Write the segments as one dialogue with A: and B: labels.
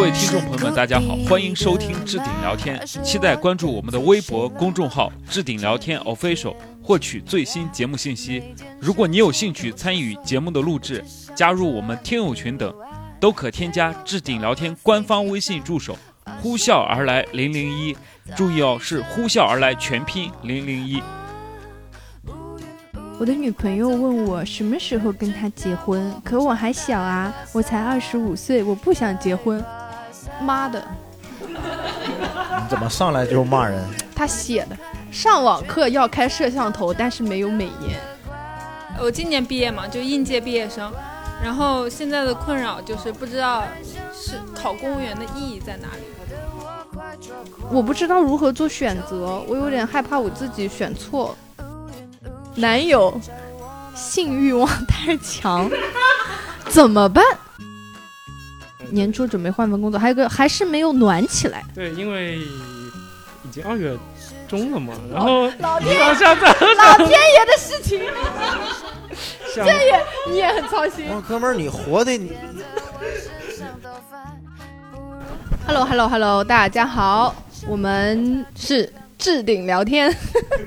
A: 位听众朋友们，大家好，欢迎收听置顶聊天，期待关注我们的微博公众号“置顶聊天 official”，获取最新节目信息。如果你有兴趣参与节目的录制，加入我们听友群等，都可添加置顶聊天官方微信助手“呼啸而来零零一”，注意哦，是“呼啸而来”全拼零零一。
B: 我的女朋友问我什么时候跟她结婚，可我还小啊，我才二十五岁，我不想结婚。妈的，
C: 你怎么上来就骂人？
B: 她写的。上网课要开摄像头，但是没有美颜。
D: 我今年毕业嘛，就应届毕业生，然后现在的困扰就是不知道是考公务员的意义在哪里。
B: 我不知道如何做选择，我有点害怕我自己选错。男友性欲望太 强，怎么办？年初准备换份工作，还有个还是没有暖起来。
E: 对，因为已经二月中了嘛，然后
B: 哦老天
E: 往下走，
B: 老天爷的事情，
E: 想
B: 这也你也很操心。
C: 哦哇，哥们儿，你活的你
B: Hello Hello Hello，大家好，我们是置顶聊天。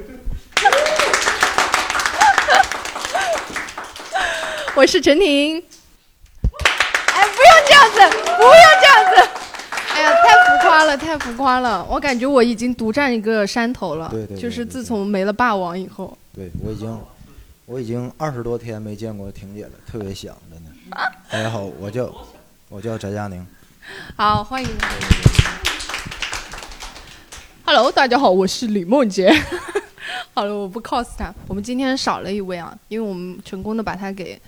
B: 我是陈婷。哎，不用这样子，不用这样子。哎呀，太浮夸了，太浮夸了！我感觉我已经独占一个山头了。
C: 对对对
B: 就是
C: 对
B: 自从没了霸王以后，
C: 对我已经，我已经二十多天没见过婷姐了，特别想真的。
B: 啊
C: 大家好，我叫我叫翟佳宁，
B: 好，欢迎。Hello，大家好，我是李 梦洁。好了，我不 cos 他。我们今天少了一位啊，因为我们成功的把他给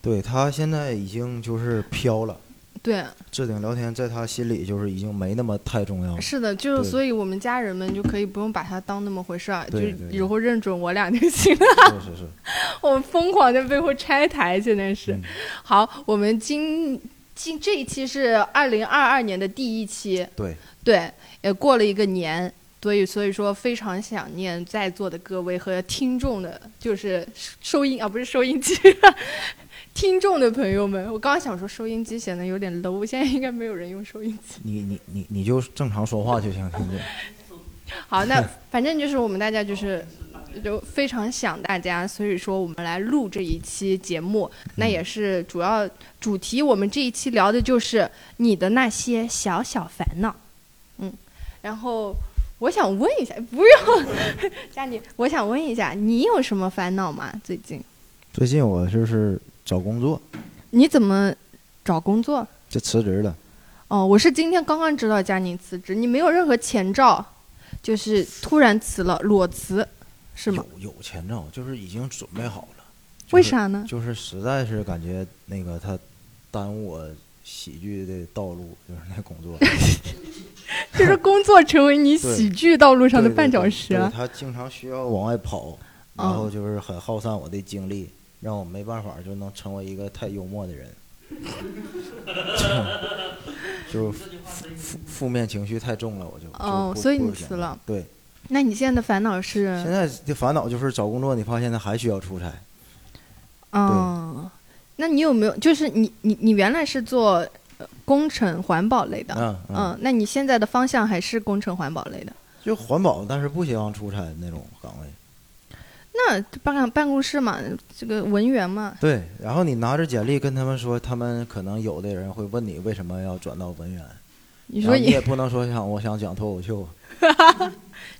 C: 对她现在已经就是飘了，
B: 对，啊
C: 置顶聊天在她心里就是已经没那么太重要了。
B: 是的，就是
C: 啊对
B: 所以我们家人们就可以不用把他当那么回事儿，啊就
C: 对
B: 是
C: 对对
B: 以后认准我俩就行了。
C: 是是是，
B: 我们疯狂在背后拆台，现在是。
C: 嗯
B: 好，我们今今这一期是二零二二年的第一期，
C: 对，
B: 对，也过了一个年，所以所以说非常想念在座的各位和听众的，就是收音啊，不是收音机， 听众的朋友们。我刚刚想说收音机显得有点 low，现在应该没有人用收音机。
C: 你你你你就正常说话就行，婷姐。
B: 好，那反正就是我们大家就是。就非常想大家，所以说我们来录这一期节目，那也是主要主题。我们这一期聊的就是你的那些小小烦恼，嗯，然后我想问一下，不用，佳妮， 我想问一下，你有什么烦恼吗？最近
C: 最近我就是找工作，
B: 你怎么找工作？
C: 就辞职了。
B: 哦，我是今天刚刚知道佳妮辞职，你没有任何前兆，就是突然辞了，裸辞，是吗？
C: 有有前兆，就是已经准备好了。就是
B: 为啥呢？
C: 就是实在是感觉那个他耽误我喜剧的道路，就是那工作
B: 就是工作成为 你
C: 对
B: 喜剧道路上的绊脚石
C: 对对
B: 啊哦
C: 对！他经常需要往外跑，然后就是很耗散我的精力，让我没办法就能成为一个太幽默的 人，就就是负负负面情绪太重了，我就就
B: 哦
C: 不
B: 所以
C: 不
B: 你
C: 想
B: 辞了嗯
C: 对。
B: 那你现在的烦恼
C: 现
B: 是，
C: 在的烦恼就是找工作，你发现他还需要出差，
B: 嗯，那你有没有就是你你你原来是做呃工程环保类的，
C: 嗯嗯，
B: 那你现在的方向还是工程环保类的？
C: 就环保，但是不希望出差那种岗位。
B: 那办办公室嘛，这个文员嘛，
C: 对，然后你拿着简历跟他们说，他们可能有的人会问你为什么要转到文员，
B: 你
C: 然后
B: 说
C: 你也
B: 你
C: 不能说想我想讲脱口 秀，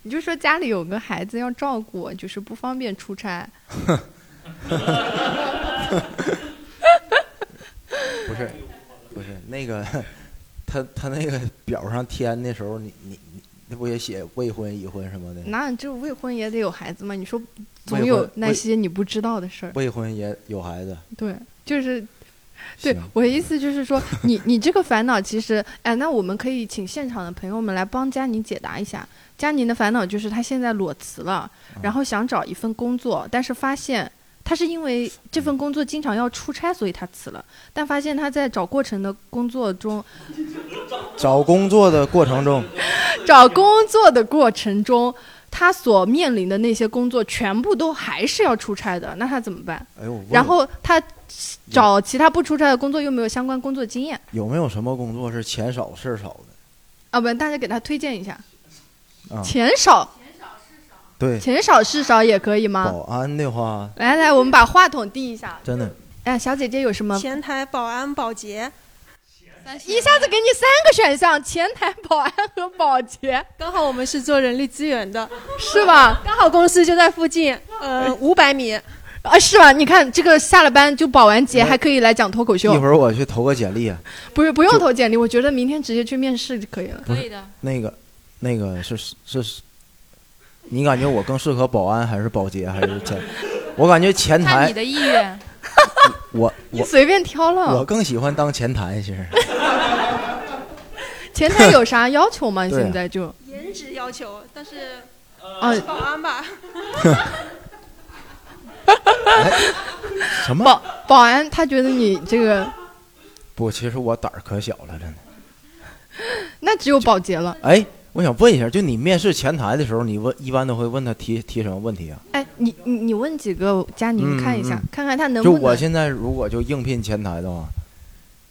B: 你就说家里有个孩子要照顾，就是不方便出差，
C: 不是，不是那个，他他那个表上填的时候，你你你那不也写未婚已婚什么的，
B: 那这未婚也得有孩子嘛？你说总
C: 未
B: 有
C: 婚
B: 那
C: 未
B: 些你不知道的事儿，
C: 未婚也有孩子，
B: 对，就是对
C: 行，
B: 我的意思就 是说，你你这个烦恼其实，哎，那我们可以请现场的朋友们来帮佳宁解答一下。佳宁的烦恼就是她现在裸辞
C: 啊
B: 了，然后想找一份工作，但是发现她是因为这
C: 嗯
B: 份工作经常要出差，所以她辞了。但发现她在找过程的工作中，
C: 找工作的过程 中，
B: 找工作的过程中，她所面临的那些工作全部都还是要出差的，那她怎么办？
C: 哎呦，我问
B: 然后她找其他不出差的工作又没有相关工作经验
C: 有没有什么工作是钱少事儿少的？
B: 啊，不，大家给他推荐一下，
C: 啊
B: 钱少
C: 对，哦
B: 钱啊少事少也可以吗？
C: 保安的话，
B: 来来，我们把话筒递一下。
C: 真的
B: 哎，小姐姐有什么？
F: 前台、保安、保洁，
B: 一下子给你三个选项：前台、保安和保洁，
F: 刚好我们是做人力资源的，
B: 是吧？哎
F: 刚好公司就在附近，呃，五百米。
B: 啊，是吧？你看这个下了班就保完洁，还可以来讲脱口
C: 一
B: 秀
C: 会。儿我去投个简历啊。
B: 不是，不用投简历，我觉得明天直接去面试就可以了。
C: 不
D: 可
C: 是
D: 以的。
C: 那个，那个是是是，你感觉我更适合保安还是保洁还是前？我感觉前
D: 看你
C: 台，
D: 的意愿，
C: 我
B: 你
C: 我
B: 随便挑
C: 我
B: 了。
C: 更喜欢当前台，其实
B: 前台有啥要求 吗？
C: 对啊
B: 现在就
F: 颜值要求，但是
C: 呃
B: 啊，
F: 保安 吧，
C: 哎什么
B: 保保安他觉得你这个，
C: 不？其实我胆儿可小了，真的。
B: 那只有保洁了。
C: 哎，我想问一下，就你面试前台的时候，你问一般都会问他提提什么问题啊？
B: 哎，你你你问几个佳宁看一下，
C: 嗯嗯
B: 看看他能
C: 就
B: 不能。
C: 我现在如果就应聘前台的话，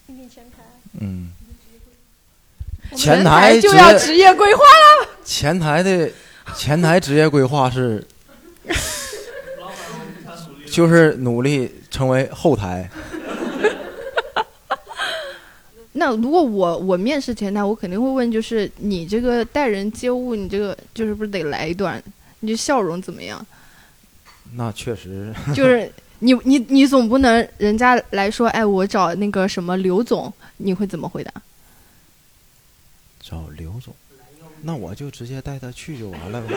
F: 你前台
C: 嗯，
B: 前
C: 前台
B: 就
C: 职
B: 要
C: 业
B: 职业规划。
C: 前台的前台职业规划是，就是努力成为后台。
B: 那如果我我面试前台，我肯定会问，就是你这个待人接物，你这个就是不是得来一段？你这笑容怎么样？
C: 那确实，
B: 就是你你你总不能人家来说，哎，我找那个什么刘总，你会怎么回答？
C: 找刘总，那我就直接带他去就完了呗。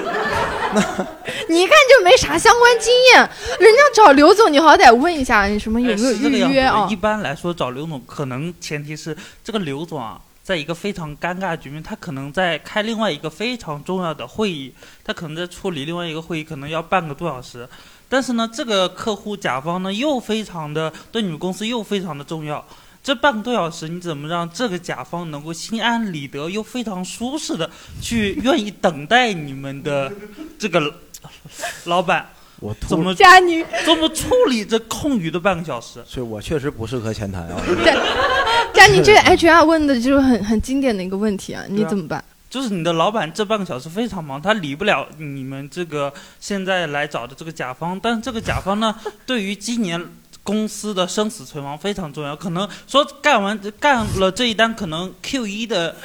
B: 你一看就没啥相关经验，人家找刘总，你好歹问一下，你什么有没有
G: 哎是这个
B: 预
G: 样子
B: 约
G: 的
B: 啊
G: 一？般来说，找刘总可能前提是这个刘总啊，在一个非常尴尬的局面，他可能在开另外一个非常重要的会议，他可能在处理另外一个会议，可能要半个多小时。但是呢，这个客户甲方呢又非常的对你们公司又非常的重要。这半个多小时，你怎么让这个甲方能够心安理得又非常舒适的去愿意等待你们的这个老板？
C: 我
G: 怎
C: 突，
G: 么
B: 佳宁，
G: 怎么处理这空余的半个小时？
C: 所以我确实不适合前台啊。
B: 佳宁这个 HR 问的就是很很经典的一个问题啊，你怎么办？
G: 就是你的老板这半个小时非常忙，他理不了你们这个现在来找的这个甲方，但是这个甲 方呢，对于今年公司的生死存亡非常重要。可能说干完干了这一单，可能 Q 一的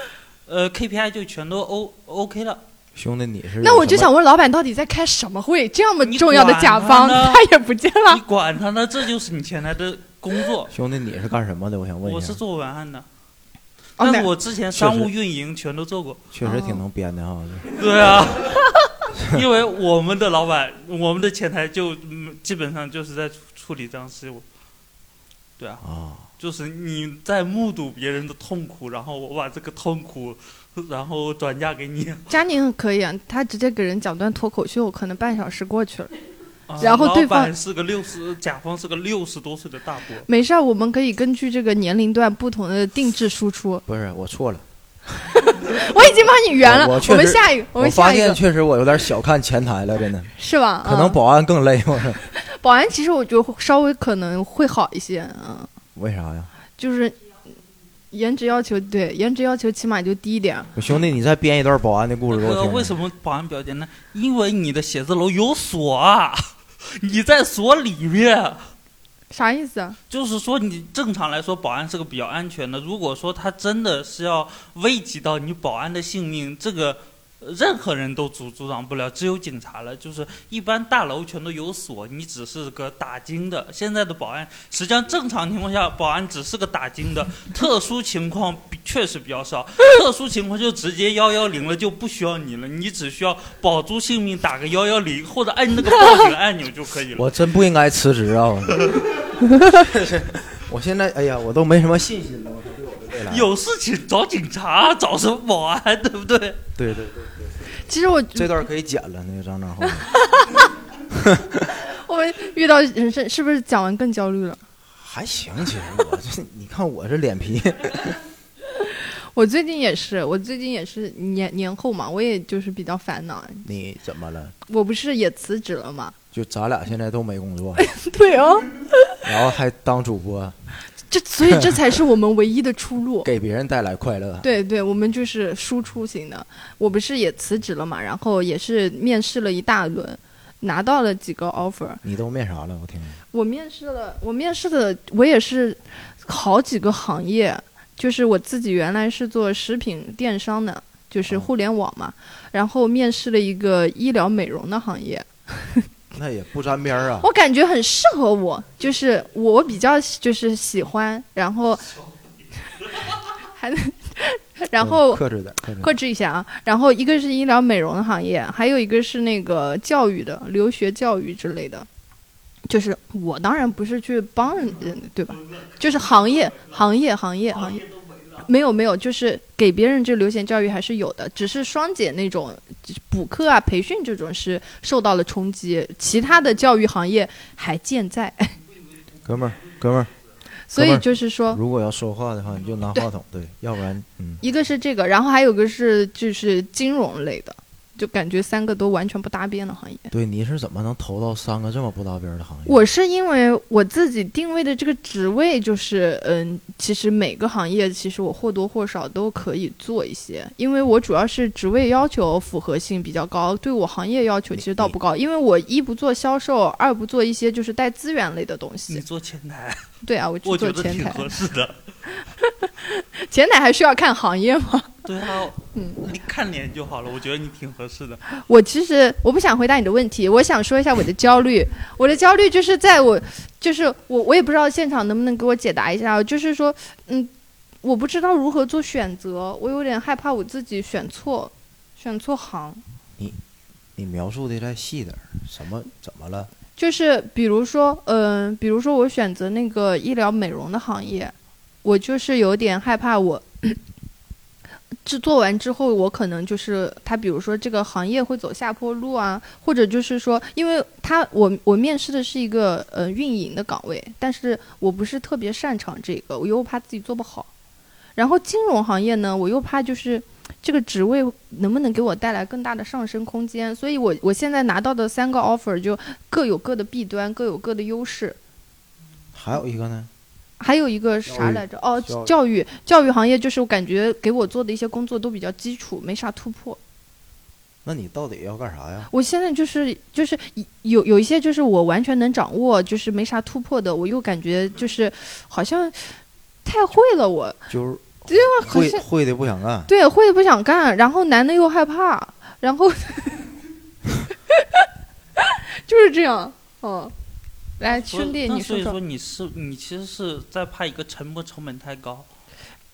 G: 呃 KPI 就全都 O OK 了。
C: 兄弟，你是
B: 那我
C: 有
B: 就
C: 什么
B: 想问，老板到底在开什么会？这么
G: 你
B: 重要的
G: 管
B: 甲
G: 他
B: 方
G: 呢
B: 他也不见
G: 你
B: 了，
G: 管他呢，这就是你前台的工作。
C: 兄弟你是干什么的？我想问一
G: 我
C: 下
G: 是，做文案的，
B: 哦
G: 但
B: 没
G: 是
B: 有
G: 我之前商务运营全都做过。
C: 确实
B: 啊
C: 挺能编的哈。
G: 对啊， 因为我们的老板，我们的前台就嗯基本上就是在处处理这样事务。对啊，
C: 啊，
G: 就是你在目睹别人的痛苦，然后我把这个痛苦，然后转嫁给你，
B: 佳宁可以啊，他直接给人讲段脱口秀，可能半小时过去了。
G: 啊
B: 然后对方
G: 老板是个六十，甲方是个六十多岁的大伯，
B: 没事儿，我们可以根据这个年龄段不同的定制输出。
C: 不是我错了，
B: 我已经帮你圆了，
C: 我我确实
B: 们下一个，我
C: 我
B: 们
C: 发
B: 下一
C: 现
B: 个
C: 确实我有点小看前台了，真的，
B: 是吧？
C: 可能
B: 嗯、
C: 保安更累。我说
B: 保安其实我觉得稍微可能会好一些，嗯，
C: 为啥呀？
B: 就是颜值要求对颜值要求起码就低一点。
C: 我兄弟，你再编一段保安的故事给我
G: 呃，
C: 听听。
G: 为什么保安表姐呢？因为你的写字楼有锁啊， 你在锁里面。
B: 啥意思啊？
G: 就是说，你正常来说，保安是个比较安全的。如果说他真的是要危及到你保安的性命，这个呃任何人都阻阻挡不了，只有警察了。就是一般大楼全都有锁，你只是个打更的。现在的保安，实际上正常情况下，保安只是个打更的，特殊情况比确实比较少。特殊情况就直接幺幺零了，就不需要你了，你只需要保住性命，打个幺幺零或者按那个报警按钮就可以了。
C: 我 真不应该辞职 啊！我现在哎呀，我都没什么信心了。我对我的未来，
G: 有事情找警察，找什么保安，对不对？
C: 对对对，
B: 其实我
C: 这段可以剪了，那个张张后
B: 嗯
C: 面
B: 我们遇到人生是不是讲完更焦虑了？
C: 还行，其实我这你看我这脸皮，
B: 我最近也是，我最近也是年年后嘛，我也就是比较烦恼。
C: 你怎么了？
B: 我不是也辞职了吗？
C: 就咱俩现在都没工作，
B: 对哦，
C: 然后还当主播，
B: 这所以这才是我们唯一的 出路。
C: 给别人带来快乐。
B: 对对，我们就是输出型的。我不是也辞职了嘛，然后也是面试了一大轮，拿到了几个 offer。
C: 你都面啥了？我听听。
B: 我面试了，我面试的我也是好几个行业，就是我自己原来是做食品电商的，就是互联网嘛，然后面试了一个医疗美容的行业，
C: 那也不沾边儿啊。
B: 我感觉很适合我，就是我比较喜就是喜欢，然后还能，然后
C: 嗯克制点，克制点。
B: 克制一下啊。然后一个是医疗美容的行业，还有一个是那个教育的，留学教育之类的。就是我当然不是去帮人，对吧？就是行业，行业，行业，行业。没有没有，就是给别人这流行教育还是有的，只是双姐那种补课啊、培训这种是受到了冲击，其他的教育行业还健在。
C: 哥们儿，哥们儿，
B: 所
C: 哥
B: 以
C: 们儿
B: 就是说，
C: 如果要说话的话，你就拿话筒，对，要不然，嗯，
B: 一个是这个，然后还有个是就是金融类的，就感觉三个都完全不搭边的行业。
C: 对，你是怎么能投到三个这么不搭边儿的行业？
B: 我是因为我自己定位的这个职位就是，嗯，其实每个行业其实我或多或少都可以做一些，因为我主要是职位要求符合性比较高，对我行业要求其实倒不高，因为我一不做销售，二不做一些就是带资源类的东
G: 你
B: 西。
G: 做前台，
B: 对啊，我去
G: 嗯我
B: 做
G: 觉得
B: 前
G: 挺
B: 台，
G: 合适的。
B: 前台还需要看行业吗？
G: 对啊，
B: 嗯
G: 你看脸就好了，我觉得你挺合适的。
B: 我其实我不想回答你的问题，我想说一下我的焦虑。我的焦虑就是在我，就是我，我也不知道现场能不能给我解答一下。啊就是说，嗯，我不知道如何做选择，我有点害怕我自己选错，选错行。
C: 你描述的再细点儿，什么怎么了？
B: 就是比如说，嗯、比如说我选择那个医疗美容的行业，我就是有点害怕我。制做完之后，我可能就是他，比如说这个行业会走下坡路啊，或者就是说，因为他我我面试的是一个呃运营的岗位，但是我不是特别擅长这个，我又怕自己做不好。然后金融行业呢，我又怕就是这个职位能不能给我带来更大的上升空间，所以我我现在拿到的三个 offer 就各有各的弊端，各有各的优势。
C: 还有一个呢？
B: 还有一个是啥
C: 教育
B: 来着？哦，
C: 教育
B: 教育教育行业就是我感觉给我做的一些工作都比较基础，没啥突破。
C: 那你到底要干啥呀？
B: 我现在就是就是一有有一些就是我完全能掌握，就是没啥突破的，我又感觉就是好像太会了我，啊
C: 就是
B: 好
C: 会
B: 像
C: 会的不想干，
B: 对会不想干，然后男的又害怕，然后 就是这样，嗯。来，
G: 所以
B: 兄弟，
G: 那
B: 你
G: 所
B: 说
G: 以
B: 说
G: 说，你是你其实是在怕一个沉没成本太高。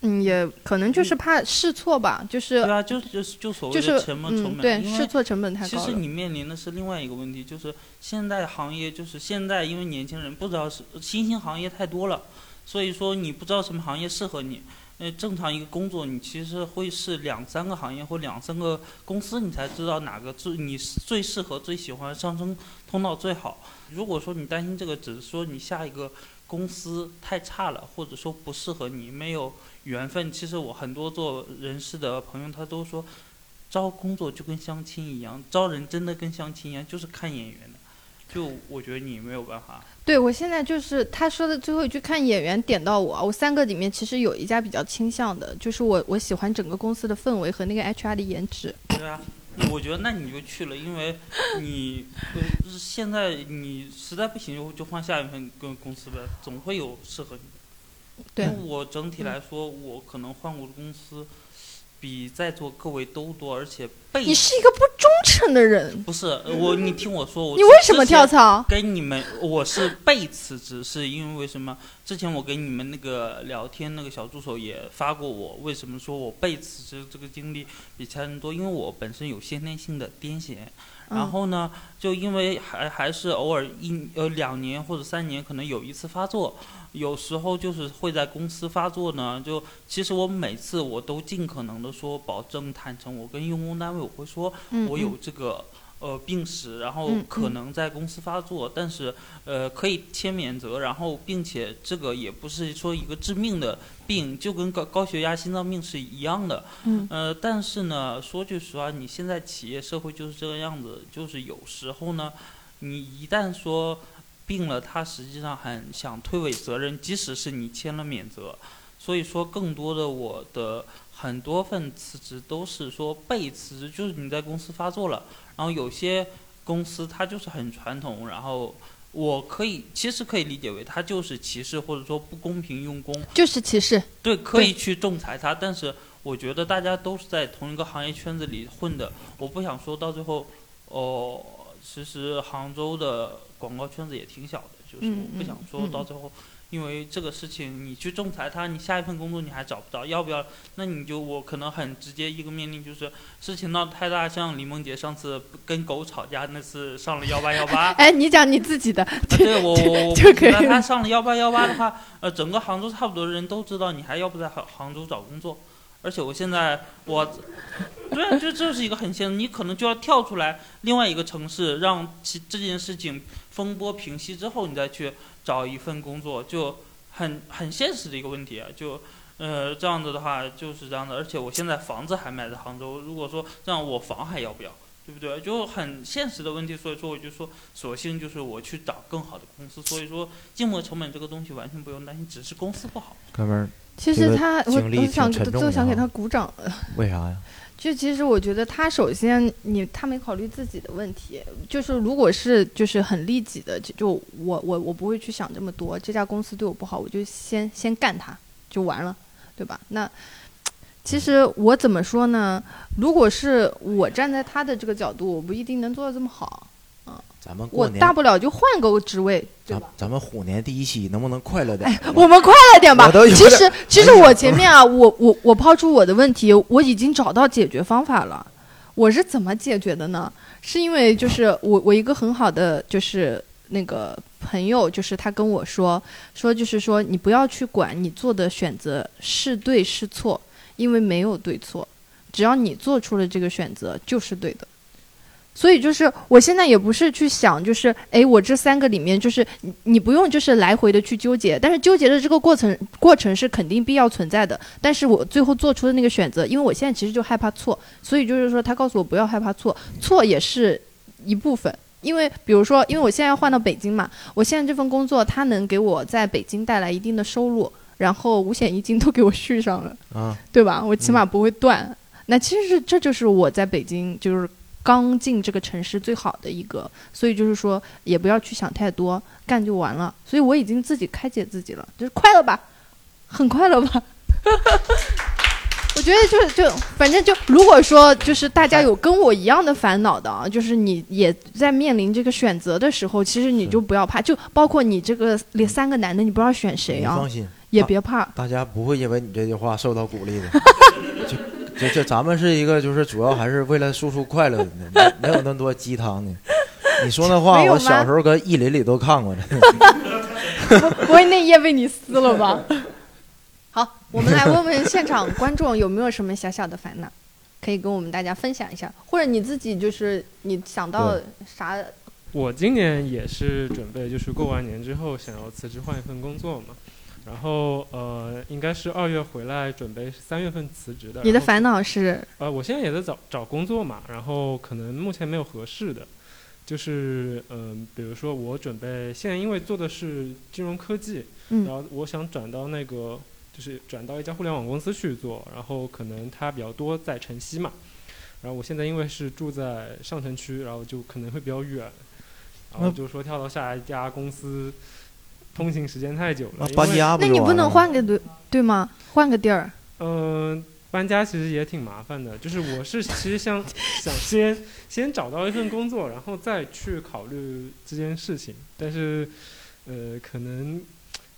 B: 嗯，也可能就是怕试错吧，就是
G: 对啊，就就就所谓
B: 就是
G: 的沉没成
B: 嗯，
G: 本，
B: 对，
G: 因为
B: 试错成本太
G: 其
B: 高
G: 实
B: 了。
G: 你面临的是另外一个问题，就是现在行业就是现在，因为年轻人不知道是新兴行业太多了，所以说你不知道什么行业适合你。呃，正常一个工作，你其实会是两三个行业或两三个公司，你才知道哪个最你最适合、最喜欢上升通道最好。如果说你担心这个，只是说你下一个公司太差了，或者说不适合你，没有缘分。其实我很多做人事的朋友，他都说，招工作就跟相亲一样，招人真的跟相亲一样，就是看眼缘的。就我觉得你没有办法，
B: 对我现在就是他说的最后一句，看演员点到我啊，我三个里面其实有一家比较倾向的，就是我我喜欢整个公司的氛围和那个 HR 的颜值。
G: 对啊，我觉得那你就去了，因为你呃现在你实在不行就就换下一份公公司呗，总会有适合你的。
B: 对
G: 因为我整体来说，我可能换过的公司比在座各位都多，而且被
B: 你是一个不忠诚的人，
G: 不是呃我，你听我说，我
B: 你为什么
G: 之前
B: 跳槽？
G: 跟你们，我是被辞职，是因为什么？之前我给你们那个聊天那个小助手也发过我，为什么说我被辞职这个经历比其他人多？因为我本身有先天性的癫痫，
B: 嗯
G: 然后呢，就因为还还是偶尔一呃两年或者三年，可能有一次发作，有时候就是会在公司发作呢。就其实我每次我都尽可能的说保证坦诚，我跟用工单位我会说
B: 嗯，嗯
G: 我有这个呃病史，然后
B: 嗯
G: 可
B: 嗯
G: 能在公司发作，但是呃可以签免责，然后并且这个也不是说一个致命的病，就跟高高血压、心脏病是一样的。
B: 嗯
G: 呃，但是呢，说句实话，你现在企业社会就是这个样子，就是有时候呢，你一旦说病了，他实际上很想推诿责任，即使是你签了免责。所以说，更多的我的很多份辞职都是说被辞职，就是你在公司发作了，然后有些公司它就是很传统，然后我可以其实可以理解为它就是歧视或者说不公平用工，
B: 就是歧视。
G: 对，可以去仲裁他，但是我觉得大家都是在同一个行业圈子里混的，我不想说到最后，哦、其实杭州的广告圈子也挺小的，就是
B: 嗯
G: 我不想说
B: 嗯嗯
G: 到最后，因为这个事情你去仲裁他，你下一份工作你还找不到，要不要？那你就我可能很直接一个命令就是，事情闹得太大，像李梦洁上次跟狗吵架那次上了幺八幺 八，
B: 哎，你讲你自己的，
G: 啊 对我我我
B: 就
G: 不
B: 可以
G: 觉得他上了幺八幺八的话，呃，整个杭州差不多的人都知道，你还要不在杭杭州找工作？而且我现在我，对啊，就这是一个很现实，你可能就要跳出来另外一个城市，让其这件事情风波平息之后，你再去找一份工作，就很很现实的一个问题啊，就。呃，这样子的话就是这样的，而且我现在房子还买在杭州，如果说让我房还要不要，对不对？就很现实的问题，所以说我就说索性就是我去找更好的公司。所以说，静默成本这个东西完全不用担心，只是公司不好。
C: 哥们儿，
B: 其
C: 这
B: 实
C: 个
B: 他我
C: 经历
B: 我
C: 挺
B: 想
C: 沉重
B: 都
C: 的
B: 想给
C: 哈
B: 他鼓掌了。
C: 为啥呀？
B: 就其实我觉得他首先你他没考虑自己的问题，就是如果是就是很利己的，就就我我我不会去想这么多，这家公司对我不好，我就先先干他就完了，对吧？那其实我怎么说呢？如果是我站在他的这个角度，我不一定能做的这么好，
C: 咱们
B: 嗯我
C: 过年
B: 大，不了就换个职位，对
C: 咱
B: 吧？哎
C: 咱们虎年第一期能不能快乐点？
B: 我们快乐点吧
C: 我都。有
B: 其
C: 点
B: 实，其实我前面啊，我我我抛出我的问题，我已经找到解决方法了。我是怎么解决的呢？是因为就是我我一个很好的就是那个朋友，就是他跟我说说就是说你不要去管你做的选择是对是错，因为没有对错，只要你做出了这个选择就是对的。所以就是我现在也不是去想，就是诶，我这三个里面，就是你你不用就是来回的去纠结，但是纠结的这个过程过程是肯定必要存在的。但是我最后做出的那个选择，因为我现在其实就害怕错，所以就是说他告诉我不要害怕错，错也是一部分。因为比如说，因为我现在要换到北京嘛，我现在这份工作它能给我在北京带来一定的收入，然后五险一金都给我续上了。
C: 啊，
B: 对吧？我起码不会断。那其实是这就是我在北京就是刚进这个城市最好的一个，所以就是说也不要去想太多，干就完了。所以我已经自己开解自己了，就是快乐吧，很快乐吧。 我觉得就是就反正就如果说就是大家有跟我一样的烦恼的啊，就是你也在面临这个选择的时候，其实你
C: 是
B: 就不要怕，就包括你这个连三个男的，你不知道选谁
C: 你
B: 啊
C: 放，心，
B: 也
C: 大
B: 别怕。
C: 大家不会因为你这句话受到鼓励 的。就就这，咱们是一个就是主要还是为了输出快乐的，没没有那么多鸡汤的。你说那话
B: 没，有
C: 我
B: 吗
C: 小时候搁《意林》里都看过 呢。
B: 不会那页被你撕了吧？ 好，我们来问问现场观众有没有什么小小的烦恼，可以跟我们大家分享一下，或者你自己就是你想到
C: 对
B: 啥？
E: 我今年也是准备，就是过完年之后想要辞职换一份工作嘛，然后呃，应该是二月回来，准备三月份辞职的。
B: 你的
E: 然后
B: 烦恼是
E: 呃，我现在也在找找工作嘛，然后可能目前没有合适的，就是嗯、比如说我准备现在因为做的是金融科技，
B: 嗯
E: 然后我想转到那个就是转到一家互联网公司去做，然后可能它比较多在城西嘛，然后我现在因为是住在上城区，然后就可能会比较远，然后
C: 那
E: 就说跳到下一家公司，通勤时间太久
C: 那
E: 了，因
C: 搬
E: 为
C: 家不
B: 那
C: 就
B: 你不
C: 完了
B: 能
C: 吗
B: 换个对对吗？换个地儿，
E: 嗯、搬家其实也挺麻烦的，就是我是其实想想先先找到一份工作，然后再去考虑这件事情。但是，呃，可能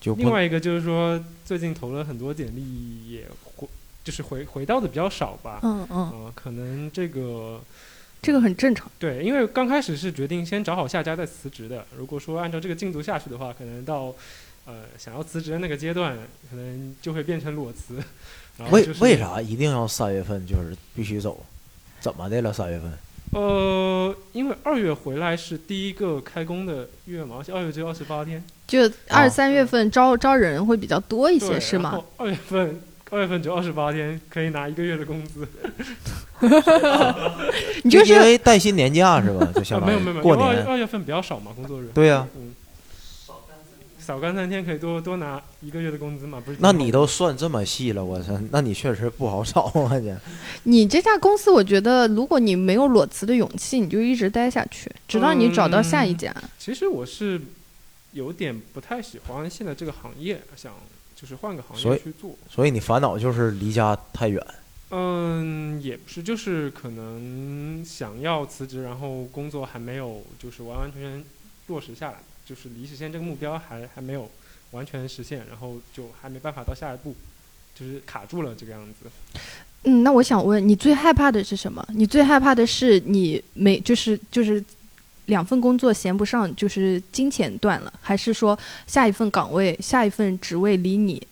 C: 就
E: 另
C: 不
E: 外一个就是说，最近投了很多简历，也回就是回回到的比较少吧。
B: 嗯嗯，
E: 嗯、可能这个
B: 这个很正常。
E: 对，因为刚开始是决定先找好下家再辞职的。如果说按照这个进度下去的话，可能到呃想要辞职的那个阶段，可能就会变成裸辞。然后
C: 为
E: 就是
C: 为啥一定要三月份就是必须走？怎么的了？三月份
E: 呃，因为二月回来是第一个开工的月嘛，而且二月只有二十八天，
C: 哦
B: 就二
E: 嗯
B: 三月份招招人会比较多一
E: 对
B: 些，是
E: 然
B: 吗
E: 后？二月份，二月份只有二十八天，可以拿一个月的工资。
B: 你就
C: 因
B: 是
C: 为带薪年假是吧？就
E: 啊，
C: 相当
E: 没
C: 于
E: 有没有没有，
C: 过
E: 因为二
C: 年。
E: 二月份比较少嘛，工作日。
C: 对呀啊
E: 嗯，扫干三天可以多多拿一个月的工资嘛，不是？
C: 那你都算这么细了，我操，那你确实不好找啊！你
E: 哦
B: 你这家公司，我觉得如果你没有裸辞的勇气，你就一直待下去，直到你找到下一家。
E: 嗯其实我是有点不太喜欢现在这个行业，想就是换个行
C: 所
E: 业
C: 以
E: 去做。
C: 所以你烦恼就是离家太远。
E: 嗯，也不是，就是可能想要辞职，然后工作还没有就是完完全全落实下来，就是离实现这个目标还还没有完全实现，然后就还没办法到下一步，就是卡住了这个样子。
B: 嗯，那我想问你最害怕的是什么？你最害怕的是你没就是就是两份工作闲不上，就是金钱断了，还是说下一份岗位、下一份职位离你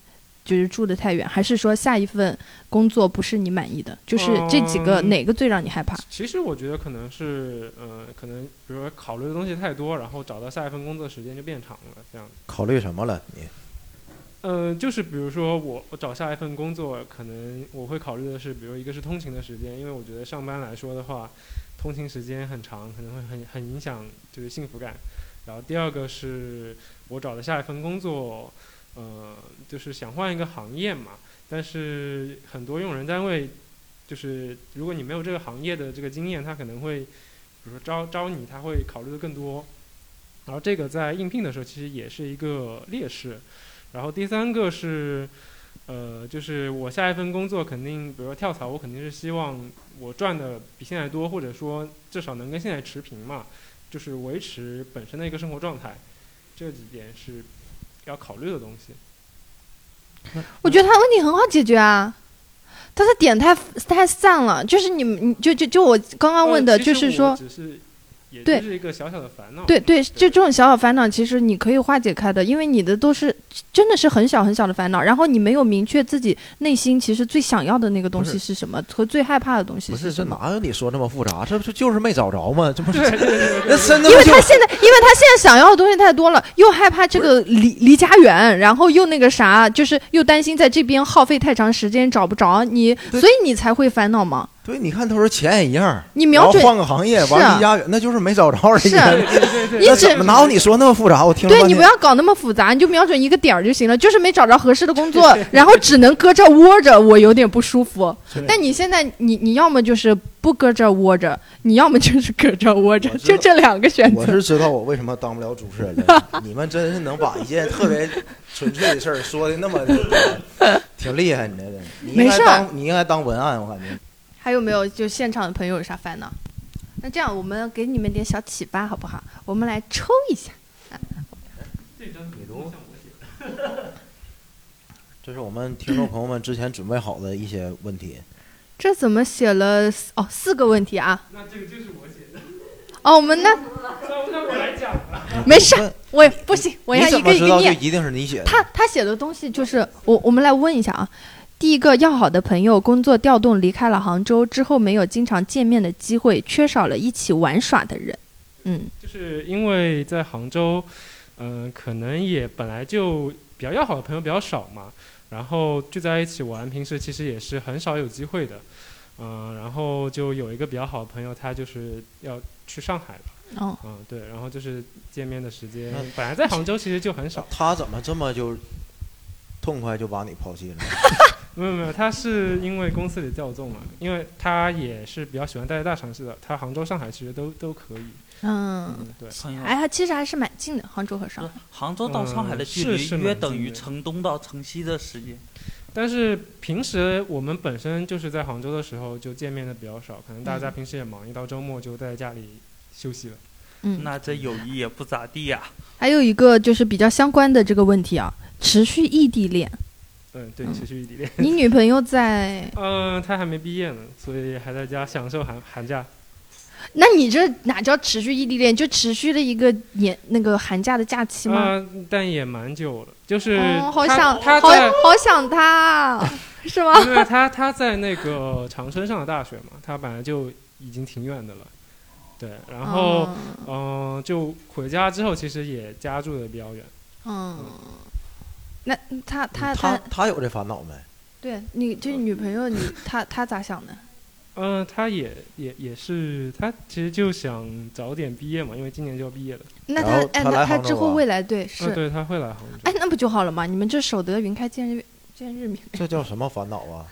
B: 就是住的太远，还是说下一份工作不是你满意的？就是这几个
E: 嗯
B: 哪个最让你害怕？
E: 其实我觉得可能是，嗯、可能比如说考虑的东西太多，然后找到下一份工作时间就变长了，这样子。
C: 考虑什么了？你
E: 嗯、就是比如说我我找下一份工作，可能我会考虑的是，比如一个是通勤的时间，因为我觉得上班来说的话，通勤时间很长，可能会很很影响就是幸福感。然后第二个是我找的下一份工作，呃，就是想换一个行业嘛，但是很多用人单位，就是如果你没有这个行业的这个经验，他可能会，比如说招招你，他会考虑的更多。然后这个在应聘的时候其实也是一个劣势。然后第三个是，呃，就是我下一份工作肯定，比如说跳槽，我肯定是希望我赚的比现在多，或者说至少能跟现在持平嘛，就是维持本身的一个生活状态，这几点是要考虑的东西。
B: 我觉得他问题很好解决啊，他的点太太散了，就是你们你就就就我刚刚问的，
E: 呃其
B: 就
E: 实
B: 是说
E: 我只是也
B: 对
E: 就是一个小小的烦恼。
B: 对对，就这种小小烦恼，其实你可以化解开的，因为你的都是真的是很小很小的烦恼，然后你没有明确自己内心其实最想要的那个东
C: 不
B: 西
C: 是
B: 是什么和最害怕的东西
C: 不是这
B: 什么。
C: 哪有你说这么复杂？这不就就是没找着吗？这不是
E: 对对对对
C: 那真的
B: 因为
C: 就
B: 他现在，因为他现在想要的东西太多了，又害怕这个离离家远，然后又那个啥，就是又担心在这边耗费太长时间找不着你，所
C: 对
B: 以你才会烦恼嘛。
C: 对，你看他说钱也一样，
B: 你
C: 然
B: 瞄
C: 后
B: 准
C: 换个行业，
B: 是
C: 完
B: 啊
C: 离家远，那就是没找着而已
B: 是。啊
E: 对对对对，
B: 你
C: 那
B: 只
C: 怎么哪有你说那么复杂？我听了
B: 对
C: 半
B: 你不
C: 天
B: 要搞那么复杂，你就瞄准一个点儿就行了。就是没找着合适的 工作，然后只能搁这儿窝着，我有点不舒服
C: 是。
B: 但你现在，你你要么就是不搁这儿窝着，你要么就是搁这儿窝着
C: 我，知
B: 就
C: 道
B: 这两个选
C: 我
B: 择。
C: 是知道我为什么当不了主持人 了。你们真是能把一件特别纯粹的事儿说的那么，挺厉害，你这人。你应
B: 没
C: 该
B: 事儿
C: 当，你应该当文案，我感觉。
B: 还有没有就现场的朋友有啥烦恼？那这样我们给你们点小启发好不好？我们来抽一下。
C: 你读。这是我们听众朋友们之前准备好的一些问题，
B: 这怎么写了四哦四个问题啊？
E: 那这个就是我写的，
B: 哦，我们呢
E: 那那我来讲吧。
B: 没事
C: 问，
B: 我也不行，我要
C: 你
B: 一
C: 怎
B: 个
C: 么
B: 一
C: 知
B: 个
C: 道就
B: 念。
C: 一定是你写的？
B: 他他写的东西就是我我们来问一下啊。第一个，要好的朋友工作调动离开了杭州之后，没有经常见面的机会，缺少了一起玩耍的人。嗯，
E: 就是因为在杭州，嗯、可能也本来就比较要好的朋友比较少嘛，然后聚在一起玩，平时其实也是很少有机会的，嗯、然后就有一个比较好的朋友，他就是要去上海了，
B: 哦，
E: 嗯、对，然后就是见面的时间
C: 那，
E: 本来在杭州其实就很少，
C: 他怎么这么就痛快就把你抛 弃了？
E: 没有没有，他是因为公司里调动嘛，因为他也是比较喜欢待在大城市的，他杭州、上海其实都都可以，
B: 嗯，
E: 嗯，对。嗯
G: 朋友
B: 哎，他其实还是蛮近的，杭州和上海。
G: 杭州到上海的
E: 嗯
G: 距
E: 是
G: 离
E: 是
G: 约
E: 蛮
G: 等于
E: 近的
G: 城东到城西的时间。
E: 但是平时我们本身就是在杭州的时候就见面的比较少，可能大家平时也忙，一到周末就在家里休息了。
B: 嗯，
G: 那这友谊也不咋地呀、
B: 还有一个就是比较相关的这个问题啊，持续异地恋。
E: 嗯，对，
B: 嗯
E: 持续异地恋。
B: 你女朋友在？
E: 嗯，他还没毕业呢，所以还在家享受寒寒假。
B: 那你这哪叫持续异地恋？就持续了一个年那个寒假的假期吗？
E: 嗯，但也蛮久了，就是
B: 哦，好
E: 他
B: 想
E: 呃他
B: 好
E: 在，
B: 好想他啊，是吗？
E: 因为他他在那个长春上的大学嘛，他本来就已经挺远的了。对，然后
B: 嗯
E: 嗯、就回家之后，其实也家住的比较远。
B: 嗯，那他他
C: 他他有这烦恼没？哦
B: 对你这女朋友你他他咋想的？
E: 嗯、他也也也是，他其实就想早点毕业嘛，因为今年就要毕业了。
B: 那
C: 然
B: 他
C: 后
B: 哎，
C: 他来
B: 那他
C: 杭州
B: 之后
C: 啊
B: 未来对
E: 啊，
B: 是
E: 对，他会来杭州。
B: 哎，那不就好了吗？你们这守得云开见日见日 明，
C: 这叫什么烦恼啊？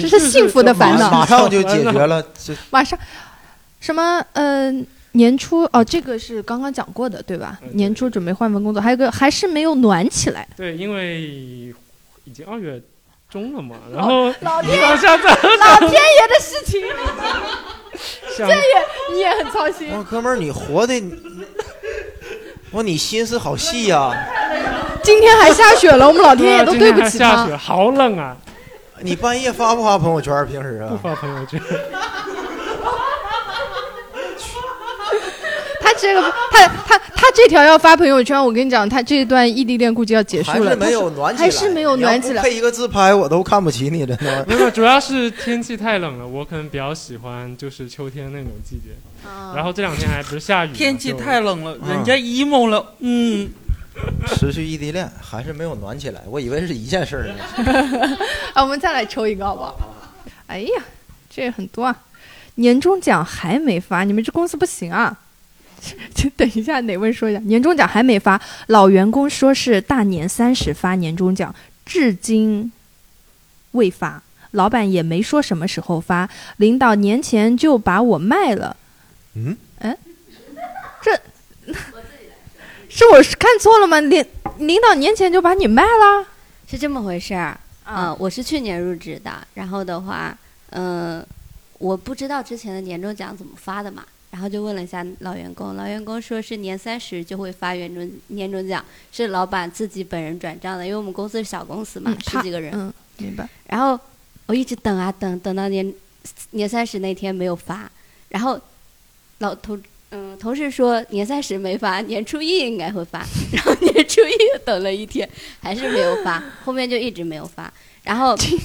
B: 这是幸福的
E: 就
B: 烦
E: 是
B: 恼。
C: 马上就解决了，这
B: 马上什么呃年初哦，这个是刚刚讲过的对吧
E: 嗯？对
B: 年初准备换份工作，还有一个还是没有暖起来。
E: 对，因为已经二月中了嘛，然后
B: 哦老天
E: 到现在
B: 老天爷的事情，
E: 想
B: 你也很操心。
C: 我哦哥们儿，你活 的，你我你心思好细呀、
B: 今天还下雪了，我们老天
E: 对
B: 爷
E: 啊
B: 都
E: 今
B: 对
E: 天
B: 不
E: 还
B: 起
E: 下
B: 他。
E: 雪，好冷啊！
C: 你半夜发不发朋友圈？平时
E: 不
C: 啊，
E: 发朋友圈，
B: 他这个他他他这条要发朋友圈，我跟你讲，他这一段异地恋估计要结
C: 还
B: 束
C: 是
B: 了。
C: 没有暖起来，
B: 还是没有暖起来
C: 你要不配一个自拍，我都看不起你，真的。
E: 没有，主要是天气太冷了，我可能比较喜欢就是秋天那种季节。
B: 啊
E: 然后这两天还不是 下雨嘛，
G: 天气
E: 就啊
G: 太冷了，
C: 嗯
G: 人家 emo 了，嗯，
C: 持续异地恋还是没有暖起来，我以为是一件事儿呢。
B: 啊，我们再来抽一个好不好？哎呀，这很多啊！年终奖还没发，你们这公司不行啊！ 就等一下，哪位说一下？年终奖还没发，老员工说是大年三十发年终奖，至今未发。老板也没说什么时候发，领导年前就把我卖了。
C: 嗯，
B: 哎，这 是我是看错了吗？领领导年前就把你卖了
H: 是这么回事儿。嗯、
B: 啊？
H: 我是去年入职的，然后的话，嗯、我不知道之前的年终奖怎么发的嘛，然后就问了一下老员工，老员工说是年三十就会发年终年终奖，是老板自己本人转账的，因为我们公司是小公司嘛，
B: 嗯
H: 十
B: 他
H: 几个人，
B: 嗯，明白。
H: 然后我一直等啊等，等到年年三十那天没有发，然后老同嗯同事说年三十没发，年初一应该会发， 然后年初一又等了一天，还是没有发，后面就一直没有发，然后
B: 今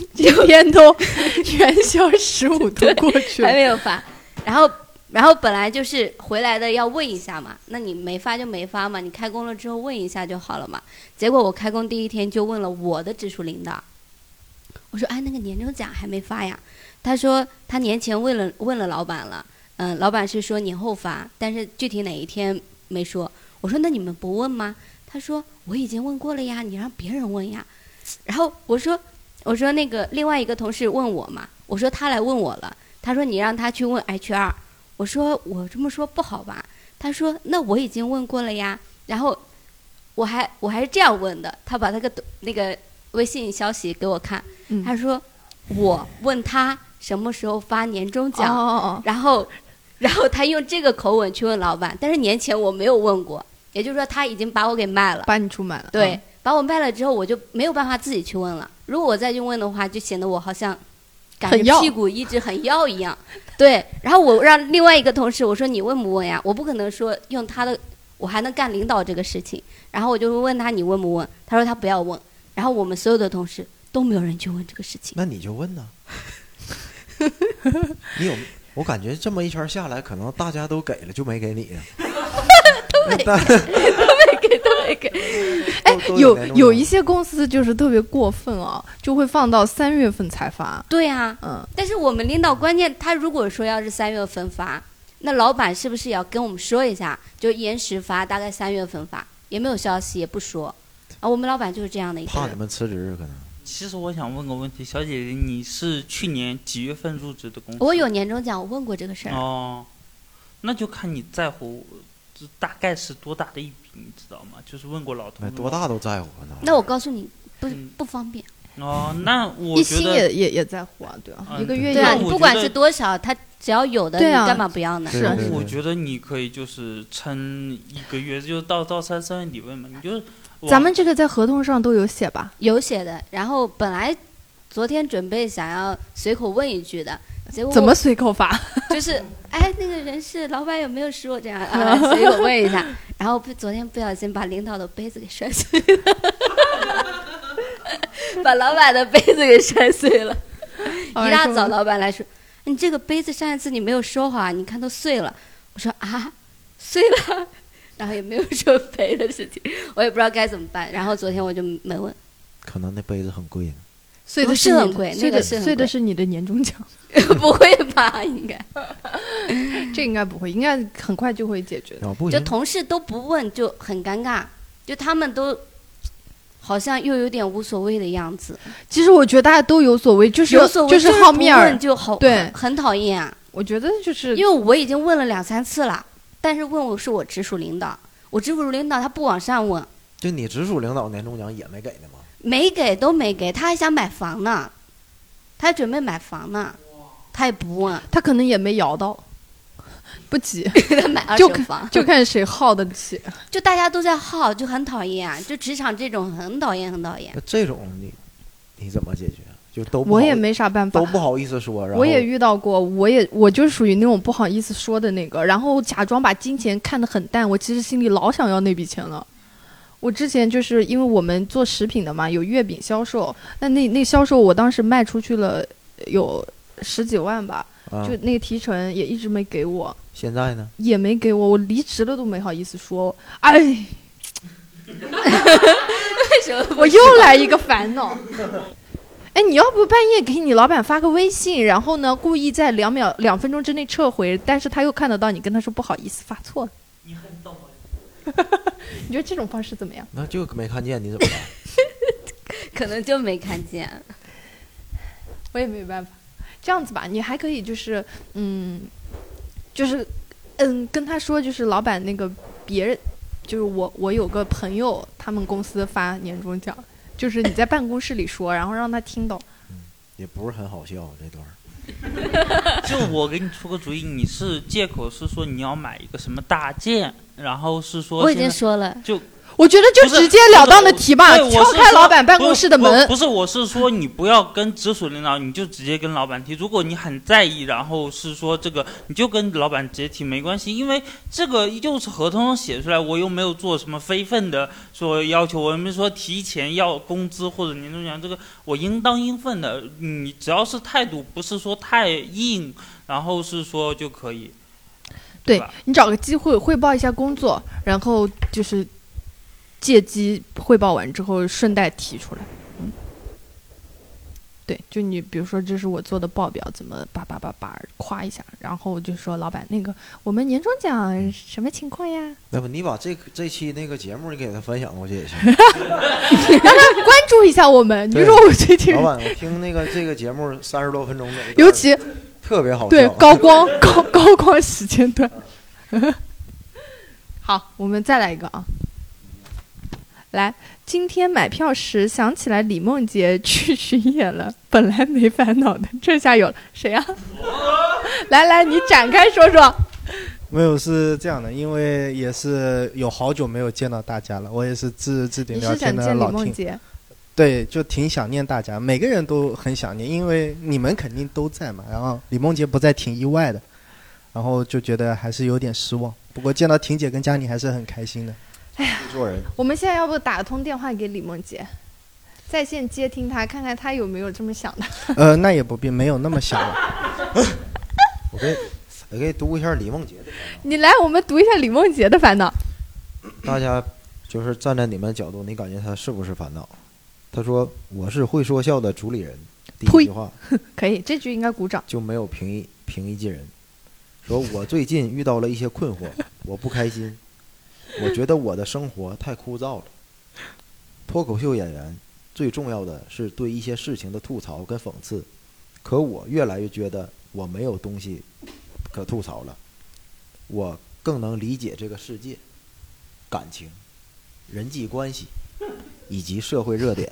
B: 天都 元宵十五都过去
H: 还
B: 了，
H: 没有发，然后。然后本来就是回来的要问一下嘛，那你没发就没发嘛，你开工了之后问一下就好了嘛。结果我开工第一天就问了我的直属领导，我说：“哎，那个年终奖还没发呀？”他说他年前问了问了老板了，嗯、老板是说年后发，但是具体哪一天没说。我说：“那你们不问吗？”他说：“我已经问过了呀，你让别人问呀。”然后我说：“我说那个另外一个同事问我嘛，我说他来问我了，他说你让他去问 HR。”我说：“我这么说不好吧？”他说：“那我已经问过了呀。”然后我还我还是这样问的，他把那个那个微信消息给我看，
B: 嗯
H: 他说我问他什么时候发年终
B: 哦
H: 奖，
B: 哦
H: 然后然后他用这个口吻去问老板，但是年前我没有问过，也就是说他已经把我给卖
B: 哦，
H: 了，
B: 把你出卖了，
H: 对，
B: 嗯，
H: 把我卖了之后我就没有办法自己去问了，如果我再去问的话，就显得我好像。赶
B: 很要
H: 着屁股一直很要一 样，对。然后我让另外一个同事我说你问不问呀？我不可能说用他的，我还能干领导这个事情。然后我就问他你问不问？他说他不要问。然后我们所有的同事都没有人去问这个事情。
C: 那你就问 呐，你有？我感觉这么一圈下来，可能大家都给了，就没给你啊呢。都没
B: 哎
C: 给，都没给，都没给。
B: 有有一些公司就是特别过分啊，就会放到三月份才发，
H: 对啊，
B: 嗯，
H: 但是我们领导关键他如果说要是三月份发，那老板是不是也要跟我们说一下，就延时发，大概三月份发，也没有消息，也不说。啊，我们老板就是这样的一个
C: 怕你
H: 人。
C: 们辞职，可能
G: 其实我想问个问题，小姐姐，你是去年几月份入职的公司？
H: 我有年终奖，我问过这个事儿。
G: 哦，那就看你在乎，这大概是多大的一笔，你知道吗？就是问过老同
C: 那
G: 事
C: 哎多大都在乎啊呢。
H: 那我告诉你，不
G: 嗯
H: 不方便。
G: 哦，那我
B: 一
G: 觉
B: 心
G: 得
B: 也也也在乎啊，对啊，
G: 嗯
B: 一个月
G: 对
H: 对啊，
G: 那
H: 你
G: 我
H: 不
G: 觉
H: 管
G: 得
H: 是多少，他只要有的，
B: 对啊
H: 你干嘛不要呢？
C: 对
B: 是啊
C: 对
G: 我
C: 对
G: 觉得你可以就是撑一个月，就到到三三月底问嘛，你就是 往
B: 咱们这个在合同上都有写吧？
H: 有写的。然后本来昨天准备想要随口问一句的，结果
B: 怎
H: 我
B: 么随口发？
H: 就是哎，那个人事老板有没有说 这样啊？所以我问一下，然后不昨天不小心把领导的杯子给摔碎了，把老板的杯子给摔碎了。一大早老板来说，你这个杯子上一次你没有收好啊，你看都碎了。我说啊，碎了。然后也没有说赔的事情，我也不知道该怎么办。然后昨天我就没问，
C: 可能那杯子很贵呢。
B: 碎的
H: 不是
B: 你
H: 很
B: 的
H: 贵那
B: 碎
H: 个
B: 的
H: 是很
B: 碎的
H: 贵
B: 是你的年终奖，
H: 不会吧？应该
B: 这应该不会，应该很快就会解决的。
C: 要不
H: 就
C: 行，
H: 同事都不问就很尴尬，就他们都好像又有点无所谓的样子，
B: 其实我觉得大家都有所谓，就是
H: 有所谓
B: 就是好
H: 不
B: 面儿
H: 问。就好，
B: 对
H: 很讨厌啊。
B: 我觉得就是
H: 因为我已经问了两三次了，但是问我是我直属领导，我直属领导他不往上问，
C: 就你直属领导年终奖也没给呢吗？
H: 没给都没给，他还想买房呢，他还准备买房呢，他也不问，
B: 他可能也没摇到，不急，
H: 他买二
B: 就
H: 手房，
B: 就看谁耗得起。
H: 就大家都在耗，就很讨厌啊，就职场这种很讨厌，很讨厌。
C: 那这种你你怎么解决？啊就都不
B: 我
C: 好
B: 也没啥办法
C: 都，不好意思说，然后
B: 我也遇到过，我也我就是属于那种不好意思说的那个，然后假装把金钱看得很淡，我其实心里老想要那笔钱了。我之前就是因为我们做食品的嘛，有月饼销售，那那那销售我当时卖出去了有十几万吧，
C: 啊
B: 就那个提成也一直没给我，
C: 现在呢？
B: 也没给我，我离职了都没好意思说，哎，
H: 为什么
B: 我又来一个烦恼。哎，你要不半夜给你老板发个微信，然后呢，故意在两秒两分钟之内撤回，但是他又看得到你，跟他说不好意思发错了。你觉得这种方式怎么样？
C: 那就没看见你怎么办？
H: 可能就没看见？
B: 我也没有办法。这样子吧，你还可以就是嗯，就是嗯，跟他说就是老板那个别人，就是我我有个朋友，他们公司发年终奖，就是你在办公室里说，然后让他听到。
C: 也不是很好笑啊这段儿。
G: 就我给你出个主意，你是借口是说你要买一个什么大件，然后是说
H: 我已
G: 现
H: 经
G: 在
H: 说了，
B: 我觉得就
G: 不是
B: 直截了当的提吧，
G: 对
B: 敲
G: 我是
B: 开
G: 说
B: 老板办公室的
G: 不是
B: 门
G: 不。不是，我是说你不要跟直属领导，你就直接跟老板提。如果你很在意，然后是说这个，你就跟老板直接提，没关系，因为这个又是合同上写出来，我又没有做什么非分的说要求，我又没说提前要工资或者年终奖，这个我应当应分的。你只要是态度不是说太硬，然后是说就可以。
B: 对
G: 吧
B: 你找个机会汇报一下工作，然后就是借机汇报完之后顺带提出来。嗯，对，就你比如说这是我做的报表，怎么叭叭叭叭夸一下，然后就说老板那个我们年终奖什么情 况呀？
C: 要不你把这这期那个节目你给他分享过去也行。
B: 关注一下我们， 你
C: 对
B: 说我最近
C: 老板，我听那个这个节目三十多分钟的，
B: 尤其
C: 特别好笑。啊
B: 对高光高高光时间段。 好，我们再来一个啊。来，今天买票时想起来李梦洁去巡演了， 本来没烦恼的，这下有了。谁啊？ 来来，你展开说说。
I: 没有是这样的，因为也是有好久没有见到大家了，我也是置置顶
B: 你
I: 聊
B: 是
I: 天
B: 想
I: 的
B: 见李
I: 老
B: 梦
I: 听，
B: 洁？
I: 对，就挺想念大家，每个人都很想念，因为你们肯定都在嘛，然后李梦洁不在，挺意外的，然后就觉得还是有点失望，不过见到婷姐跟佳妮还是很开 心的。
C: 做人
B: 我们现在要不打通电话给李梦洁，在线接听她，看看她有没有这么想的。
I: 呃，那也不必没有那么想了。
C: 我给我给读一下李梦洁的，
B: 你来，我们读一下李梦洁的烦恼。
C: 大家就是站在你们的角度，你感觉他是不是烦恼？他说：“我是会说笑的主理人。”第一
B: 呸
C: 句话
B: 可以，这句应该鼓掌。
C: 就没有平易平易近人。说我最近遇到了一些困惑，我不开心，我觉得我的生活太枯燥了。脱口秀演员最重要的是对一些事情的吐槽跟讽刺，可我越来越觉得我没有东西可吐槽了。我更能理解这个世界、感情、人际关系以及社会热点。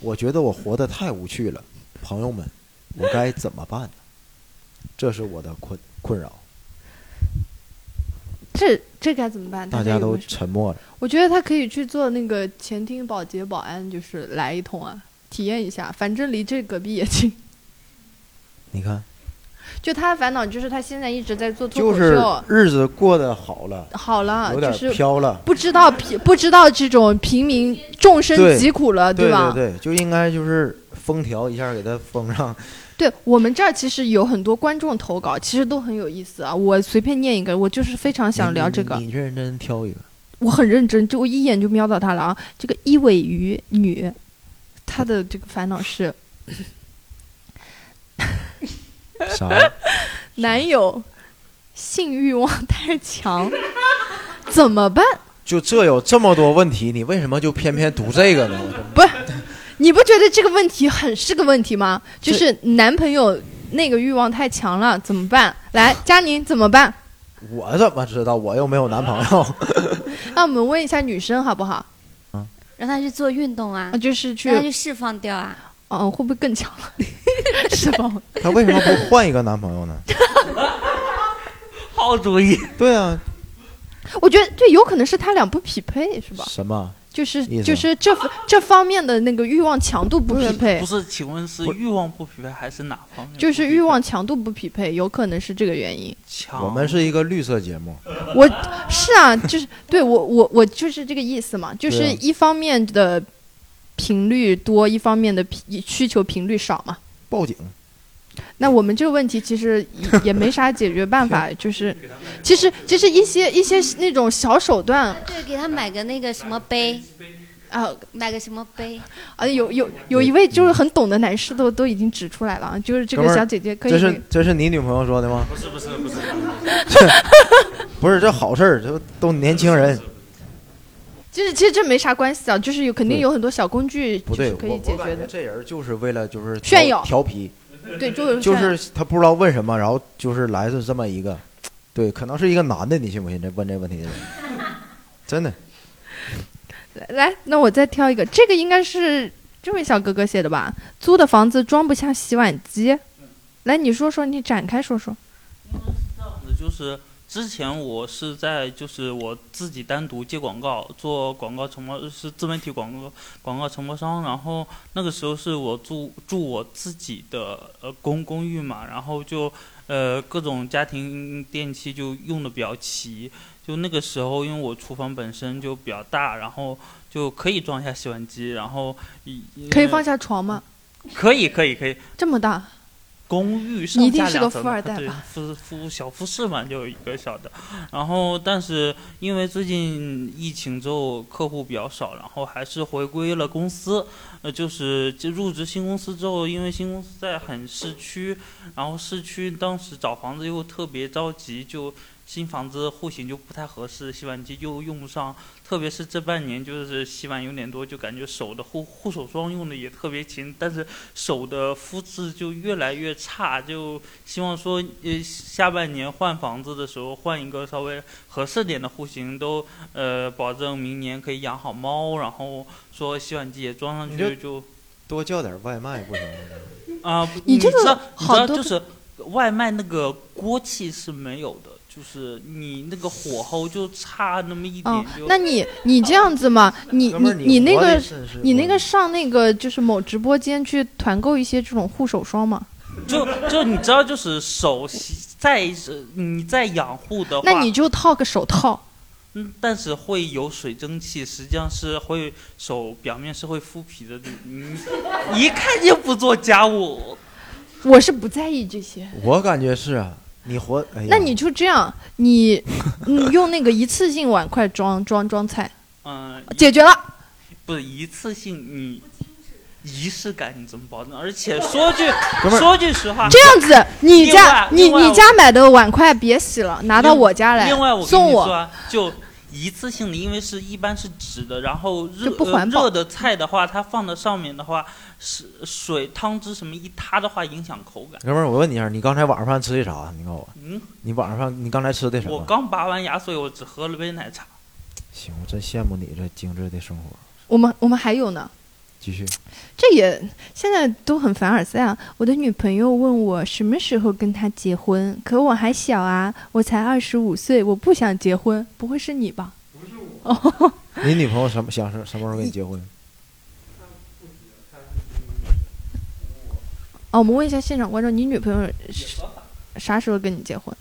C: 我觉得我活得太无趣了，朋友们，我该怎么办呢？这是我的困困扰。
B: 这这该怎么办？
C: 大
B: 有
C: 家
B: 没有
C: 都
B: 什么
C: 沉默了。
B: 我觉得他可以去做那个前厅保洁保安，就是来一通啊，体验一下，反正离这隔壁也近。
C: 你看，
B: 就他的烦恼就是他现在一直在做脱
C: 就
B: 口
C: 是
B: 秀，
C: 日子过得好了，
B: 好了，
C: 有
B: 就
C: 点
B: 是
C: 飘了。
B: 不知道平不知道这种平民众生
C: 对
B: 疾苦了，
C: 对
B: 吧？
C: 对，就应该就是封条一下给它封上。
B: 对我们这儿其实有很多观众投稿，其实都很有意思啊。我随便念一个，我就是非常想
C: 你
B: 聊
C: 你
B: 这个。
C: 你认真 挑一个。
B: 我很认真，就我一眼就瞄到他了啊！这个一尾鱼女，他的这个烦恼是
C: 啥？
B: 男友性欲望太强，怎么办？
C: 就这有这么多问题，你为什么就偏偏读这个呢？我真
B: 你不觉得这个问题很是个问题吗？就是男朋友那个欲望太强了，怎么办？来，佳宁怎么办？
C: 我怎么知道？我又没有男朋友。
B: 那我们问一下女生好不好？
H: 让他去做运动啊
B: 啊，，就是去
H: 让他去释放掉啊。
B: 哦，会不会更强了？ 是吧？
C: 她为什么不换一个男朋友呢？
G: 好主意，
C: 对啊，
B: 我觉得这有可能是他俩不匹配，是吧？
C: 什么？
B: 就是
C: 意思
B: 就是这这方面的那个欲望强度不匹配
G: 不，是？请问是
C: 我
G: 欲望不匹配还是哪方面不匹配？
B: 就是欲望强度不匹配，有可能是这个原因。
G: 强。
C: 我们是一个绿色节目，
B: 我是啊，就是对我我我就是这个意思嘛，就是
C: 对啊
B: 一方面的频率多，一方面的频需求频率少嘛。
C: 报警。
B: 那我们这个问题其实也也没啥解决 办法，就是其实其实一些一些那种小手段
H: 对，给他买个那个什么杯，哦
B: 啊
H: 买个什么杯，
B: 啊，有有有一位就是很懂的男士都都已经指出来了啊，就是这
C: 哥
B: 个
C: 们儿
B: 小姐姐可以
C: 这是这是你女朋友说的吗？
G: 不是不是不是，
C: 不是，这好事儿，这都年轻人。
B: 其实其实这没啥关系啊，就是有肯定有很多小工具
C: 不
B: 就是
C: 对，
B: 可
C: 我
B: 以解
C: 我
B: 决
C: 感觉
B: 的，
C: 这人就是为了就是调
B: 炫耀
C: 调皮，
B: 对，就是
C: 就是他不知道问什么，然后就是来自这么一个，对，可能是一个男的，你信不信？这问这问题的人，真的，
B: 来，那我再挑一个，这个应该是这位小哥哥写的吧？租的房子装不下洗碗机，来，你说说，你展开说说。
G: 就是之前我是在就是我自己单独接广告，做广告承包是自媒体广告广告承包商，然后那个时候是我住住我自己的呃公公寓嘛，然后就呃各种家庭电器就用的比较齐，就那个时候因为我厨房本身就比较大，然后就可以装一下洗碗机，然后一呃
B: 可以放下床吗？
G: 可以可以可以，
B: 这么大，
G: 公寓上
B: 你一定
G: 下
B: 是
G: 两
B: 个
G: 层
B: 富
G: 嘛
B: 二代
G: 对
B: 吧？
G: 复复小复式嘛，就有一个小的。然后，但是因为最近疫情之后客户比较少，然后还是回归了公司。呃，就是就入职新公司之后，因为新公司在很市区，然后市区当时找房子又特别着急，就新房子户型就不太合适，洗碗机又用不上，特别是这半年就是洗碗有点多，就感觉手的护护手霜用的也特别勤，但是手的肤质就越来越差，就希望说呃下半年换房子的时候换一个稍微合适点的户型，都呃保证明年可以养好猫，然后说洗碗机也装上
C: 你就
G: 去就
C: 多叫点外卖不行吗？
G: 啊，不
B: 你这个
G: 知道你知
B: 好
G: 道
B: 多
G: 就
B: 个
G: 是外卖那个锅气是没有的，就是你那个火候就差那么一
B: 嗯
G: 点就。，
B: 那你你这样子嘛，你
C: 哥们
B: 你
C: 儿
B: 你那
C: 活得
B: 个
C: 真是
B: 你那
C: 我
B: 个上那个就是某直播间去团购一些这种护手霜嘛？
G: 就就你知道，就是手洗再是你再养护的话，
B: 那你就套个手套。
G: 嗯，但是会有水蒸气，实际上是会手表面是会敷皮的，你你一看就不哎做家务。
B: 我是不在意这些，
C: 我感觉是啊，你活，哎呀
B: 那你就这样，你你用那个一次性碗筷装装装菜，
G: 嗯，
B: 解决了。
G: 不是一次性你。仪式感你怎么保证？而且说句
C: 哥们儿
G: 说句实话，
B: 这样子，你
G: 另
B: 家
G: 外
B: 你
G: 另外
B: 你
G: 我
B: 家买的碗筷别洗了，拿啊到我家来
G: 另外，我跟
B: 送
G: 你说
B: 我。
G: 啊，就一次性的，因为是一般是纸的，然后热
B: 就不环保
G: 呃热的菜的话，它放到上面的话，是水汤汁什么一塌的话，影响口感。
C: 哥们儿，我问你一下，你刚才晚上饭吃的啥？啊你告诉我，
G: 嗯，
C: 你晚上饭你刚才吃的什
G: 我
C: 么？
G: 刚拔完牙，所以我只喝了杯奶茶。
C: 行，我真羡慕你这精致的生活。
B: 我们我们还有呢，
C: 继续，
B: 这也现在都很凡尔赛啊。我的女朋友问我什么时候跟她结婚，可我还小啊，我才二十五岁，我不想结婚。不会是你吧？不是我。哦，
C: 你女朋友什么想什什么时候跟你结婚？
B: 哦，我们问一下现场观众，你女朋友是啥时候跟你结婚？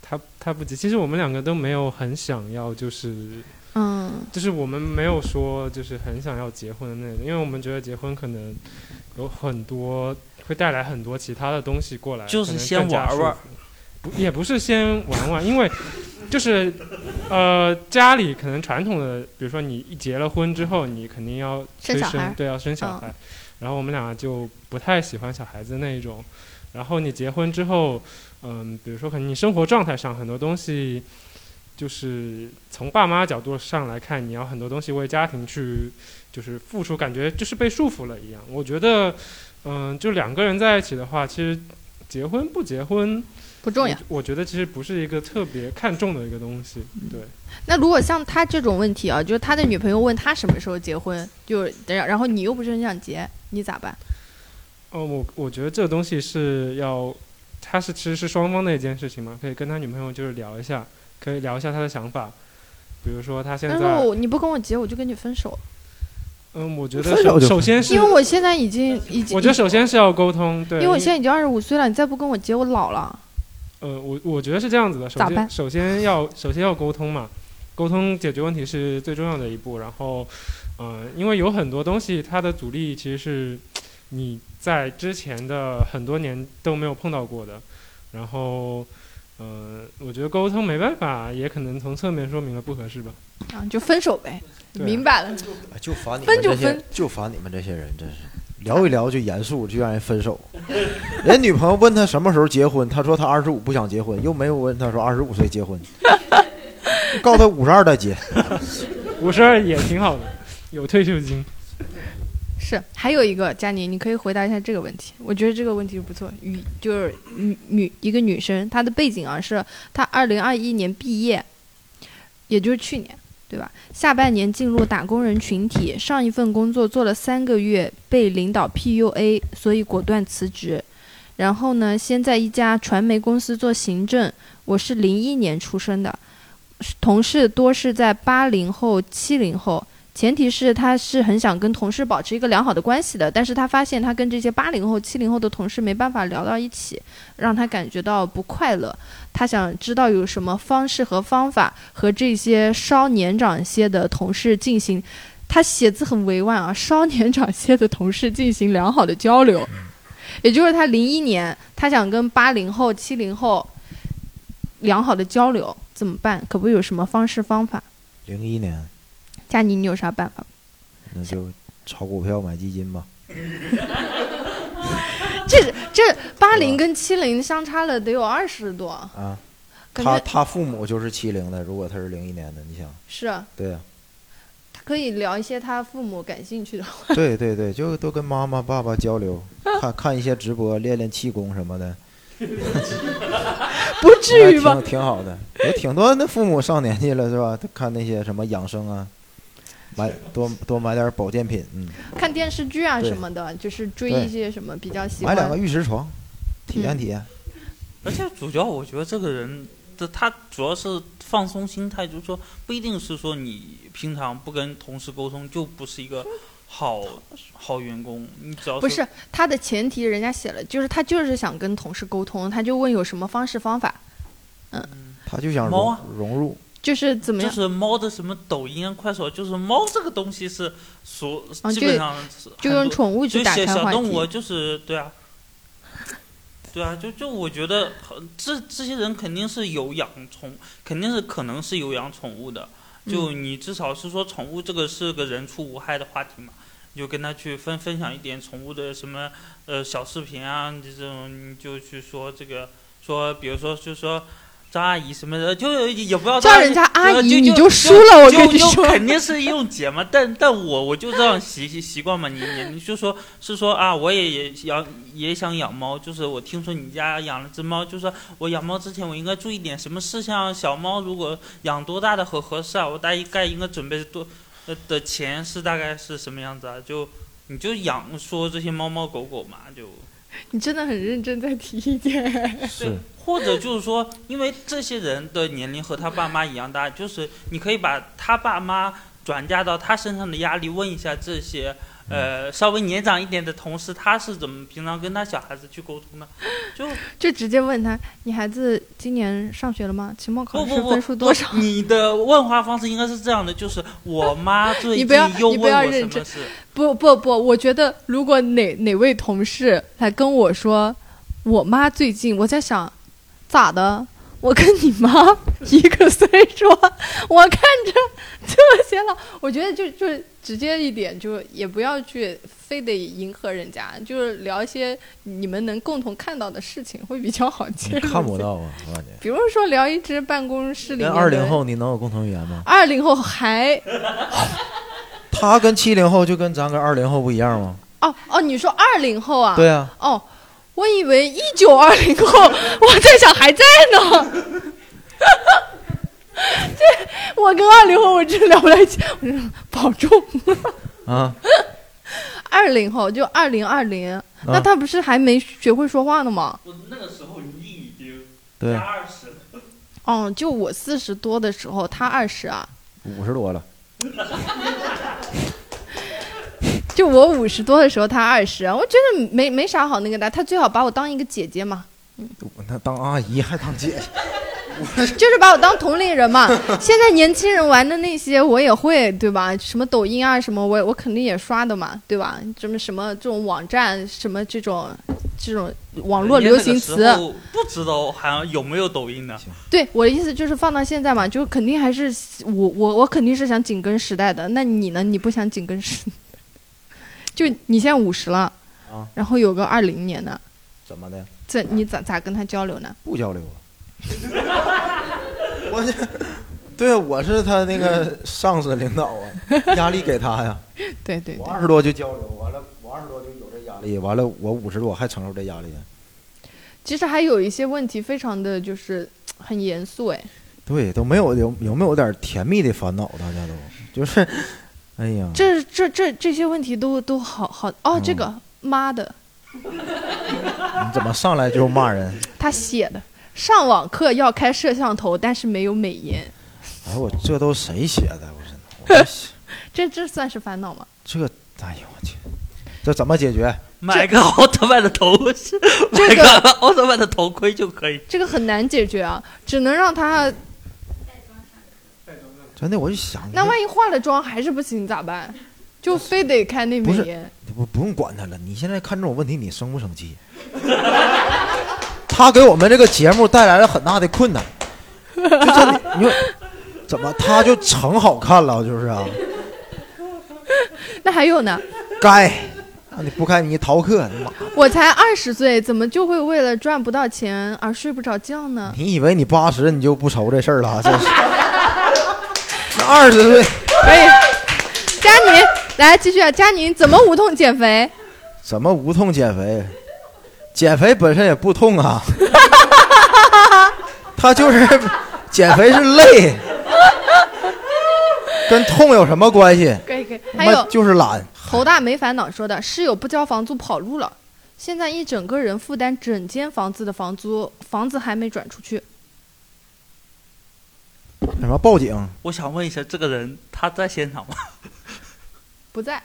E: 他他不急，其实我们两个都没有很想要，就是
B: 嗯，
E: 就是我们没有说就是很想要结婚的那种，因为我们觉得结婚可能有很多会带来很多其他的东西过来，
G: 就是
E: 可能
G: 先
E: 更加
G: 玩玩
E: 舒服，不也不是先玩玩，因为就是，呃，家里可能传统的，比如说你一结了婚之后，你肯定要催
B: 生小孩儿
E: 对，要啊生
B: 嗯
E: 小孩。然后我们俩就不太喜欢小孩子那一种。然后你结婚之后，嗯，比如说可能你生活状态上很多东西，就是从爸妈角度上来看，你要很多东西为家庭去就是付出，感觉就是被束缚了一样。我觉得，嗯，就两个人在一起的话，其实结婚不结婚。
B: 不重要。
E: 我。我觉得其实不是一个特别看重的一个东西，
B: 嗯
E: 对。
B: 那如果像他这种问题啊，就是他的女朋友问他什么时候结婚，就然然后你又不是很想结，你咋办？
E: 哦，我我觉得这个东西是要，他是其实是双方的一件事情嘛，可以跟他女朋友就是聊一下，可以聊一下他的想法，比如说他现
B: 但是我
E: 在，
B: 你不跟我结，我就跟你分手，
E: 嗯，我觉得
C: 分手
E: 首
C: 就
E: 首先是
B: 因为，我现在已经已经，
E: 我觉得首先是要沟通，对，
B: 因为我现在已经二十五岁了，你再不跟我结，我老了。
E: 呃，我我觉得是这样子的，首
B: 咋
E: 先
B: 办
E: 首先要首先要沟通嘛，沟通解决问题是最重要的一步。然后，嗯、因为有很多东西它的阻力其实是你在之前的很多年都没有碰到过的。然后，嗯、我觉得沟通没办法，也可能从侧面说明了不合适吧。
B: 啊，就分手呗，
E: 对啊
B: 明白了。
C: 哎就烦你们
B: 分就
C: 这些
B: 分，
C: 就烦你们这些人，真是聊一聊就严肃，就让人分 手。人女朋友问他什么时候结婚，他说他二十五不想结婚，又没有问他说二十五岁 结婚，告诉他五十二再结。
E: 五十二也挺好的，有退休金。
B: 是，还有一个佳宁，你可以回答一下这个问题。我觉得这个问题不错，女就是女女一个女生，她的背景啊是她二零二一年毕业，也就是去年，对吧？下半年进入打工人群体，上一份工作做了三个月，被领导 PUA，所以果断辞职。然后呢，先在一家传媒公司做行政。我是零一年出生的，同事多是在八零后、七零后，前提是他是很想跟同事保持一个良好的关系的，但是他发现他跟这些八零后、七零后的同事没办法聊到一起，让他感觉到不快乐。他想知道有什么方式和方法和这些稍年长些的同事进行，他写字很委婉啊，稍年长些的同事进行良好的交流。也就是他零一年，他想跟八零后、七零后良好的交流，怎么办？可不可以有什么方式方法？
C: 零一年，
B: 佳妮，你有啥办法吗？
C: 那就炒股票买基金吧。
B: 这这八零跟七零相差了得有二十多，
C: 啊，
B: 感
C: 他
B: 觉
C: 他父母就是七零的，如果他是零一年的，你想，
B: 是啊
C: 对 呀、
B: 他可以聊一些他父母感兴趣的话。
C: 对对对，就都跟妈妈爸爸交 流，看看一些直播，练练气功什么的，
B: 不至于
C: 还
B: 吧？
C: 挺挺好的，有挺多那父母上年纪了是吧？他看那些什么养生啊，买多多买点保健品，嗯，
B: 看电视剧啊
C: 对
B: 什么的，就是追
C: 对
B: 一些什么比较喜
C: 买两个
B: 欢。嗯
C: 玉石床，体验体验。
G: 而且主要我觉得这个人的他主要是放松心态，就是说不一定是说你平常不跟同事沟通就不是一个好好员工，你只要
B: 不是他的前提，人家写了，就是他就是想跟同事沟通，他就问有什么方式方法，
C: 他就想
G: 猫
C: 融
G: 啊
C: 融入，
B: 就是怎么
G: 就
B: 样。
G: 是猫的什么抖音啊、快手啊，就是猫这个东西是所
B: 啊
G: 基
B: 就
G: 本上是
B: 就
G: 很
B: 用
G: 多
B: 宠物去
G: 就
B: 打
G: 小
B: 开
G: 小
B: 话
G: 动物啊
B: 题，
G: 就是对啊，对啊，就就我觉得很这这些人肯定是有养宠，肯定是可能是有养宠物的。就
B: 嗯
G: 你至少是说宠物这个是个人畜无害的话题嘛，你就跟他去分分享一点宠物的什么呃小视频啊，这种你就去说这个说，比如说就说张阿姨什么的，就也不要
B: 叫
G: 张
B: 人家阿
G: 呃
B: 姨
G: 就
B: 你
G: 就
B: 就输了，我跟
G: 就
B: 你
G: 就
B: 说。
G: 肯定是用姐嘛，但但我我就这样习习惯嘛，你你你就说是说啊，我也也养也想养猫，就是我听说你家养了只猫，就说我养猫之前我应该注意点什么事项啊，小猫如果养多大的合合适啊，我大概应该准备多呃的钱是大概是什么样子啊，就你就养说这些猫猫狗狗嘛，就。
B: 你真的很认真在提意见，
G: 对，或者就是说，因为这些人的年龄和他爸妈一样大，就是你可以把他爸妈转嫁到他身上的压力，问一下这些呃稍微年长一点的同事，他是怎么平常跟他小孩子去沟通的？就
B: 就直接问他，你孩子今年上学了吗？期末考
G: 不
B: 试
G: 不不，
B: 分数多少？
G: 不你的问话方式应该是这样的，就是我妈最
B: 你
G: 近
B: 不要
G: 又
B: 你
G: 问
B: 不要
G: 我什
B: 认
G: 么
B: 真
G: 事，
B: 不不不，我觉得如果哪哪位同事来跟我说，我妈最近我在想，咋的？我跟你妈一个岁数，我看着特别老。我觉得就就是直接一点，就也不要去非得迎合人家，就是聊一些你们能共同看到的事情会比较好接
C: 你
B: 受。
C: 看不到啊，我感觉。
B: 比如说聊一只办公室里
C: 跟
B: 面
C: 二零，后你能有共同语言吗？
B: 二零后还
C: 他跟七零后就跟咱跟二零后不一样吗？
B: 哦哦，你说二零后啊？
C: 对啊，
B: 哦，我以为一九二零后， 我在想还在呢。 这我跟二零后我真聊不来一起，我就说保重。
C: 啊，
B: 二零后就二零二零，那他不是还没学会说话呢吗？
G: 我那个时候你已经
C: 对，
G: 二十了，
B: 哦，就我四十多的时候，他二十啊，
C: 五十多了，
B: 就我五十多的时候，他二十，啊我觉得没没啥好那个的，他最好把我当一个姐姐嘛，
C: 那当阿姨还当姐姐，
B: 就是把我当同龄人嘛。 现在年轻人玩的那些我也会，对吧？什么抖音啊，什么我我肯定也刷的嘛，对吧？什么什么这种网站，什么这种这种网络流行词，
G: 人家那个时候不知道好像有没有抖音呢？
B: 对我的意思就是放到现在嘛，就肯定还是我我我肯定是想紧跟时代的。那你呢？你不想紧 跟时代？就你现在五十了，
C: 啊
B: 然后有个二零年的，
C: 怎么的？
B: 这你咋咋跟他交流呢？
C: 不交流啊？我这，对啊，我是他那个上司领导 啊，压力给他呀。
B: 对对
C: 我
B: 对，
C: 二十多就交流，完了我二十多就有这压力，完了我五十多还承受这压力。啊
B: 其实还有一些问题非常的就是很严肃哎。
C: 对，都没有有有没有点甜蜜的烦恼？大 家都就是，哎呀，
B: 这这这这些问题都都好好哦，
C: 嗯
B: 这个妈的，
C: 你怎么上来就骂 人？
B: 他写的上网课要开摄像头，但是没有美 颜，
C: 哎，我这都谁写的？我真的，我
B: 哎
C: 这写
B: 这这算是烦恼吗？
C: 这，哎呦我去，这怎么解决？
G: 买个奥特曼的头，买个奥特曼的头盔就可以。
B: 这个很难解决啊，只能让他
C: 真的，我就想，
B: 那万一化了妆还是不行咋办？就非得开那美
C: 不是
B: 颜？
C: 不不用管他了。你现在看这种问题，你生不生气？ 他给我们这个节目带来了很大的困难，就这里， 你说怎么他就成好看了？就是啊，
B: 那还有呢？
C: 该，啊你不该你逃课，你妈，
B: 我才二十岁，怎么就会为了赚不到钱而睡不着觉呢？
C: 你以为你八十你就不愁这事儿了啊？这是，那二十岁
B: 可以，佳宁来继续啊！佳宁怎么无痛减肥？
C: 怎么无痛减肥？减肥本身也不痛啊， 他就是减肥是累，跟痛有什么关系？
B: 可以可以，还
C: 那
B: 有
C: 就是懒，
B: 头大没烦恼说的室友不交房租跑路了，现在一整个人负担整间房子的房租，房子还没转出去。
C: 什么报警，
G: 我想问一下，这个人他在现场吗？
B: 不在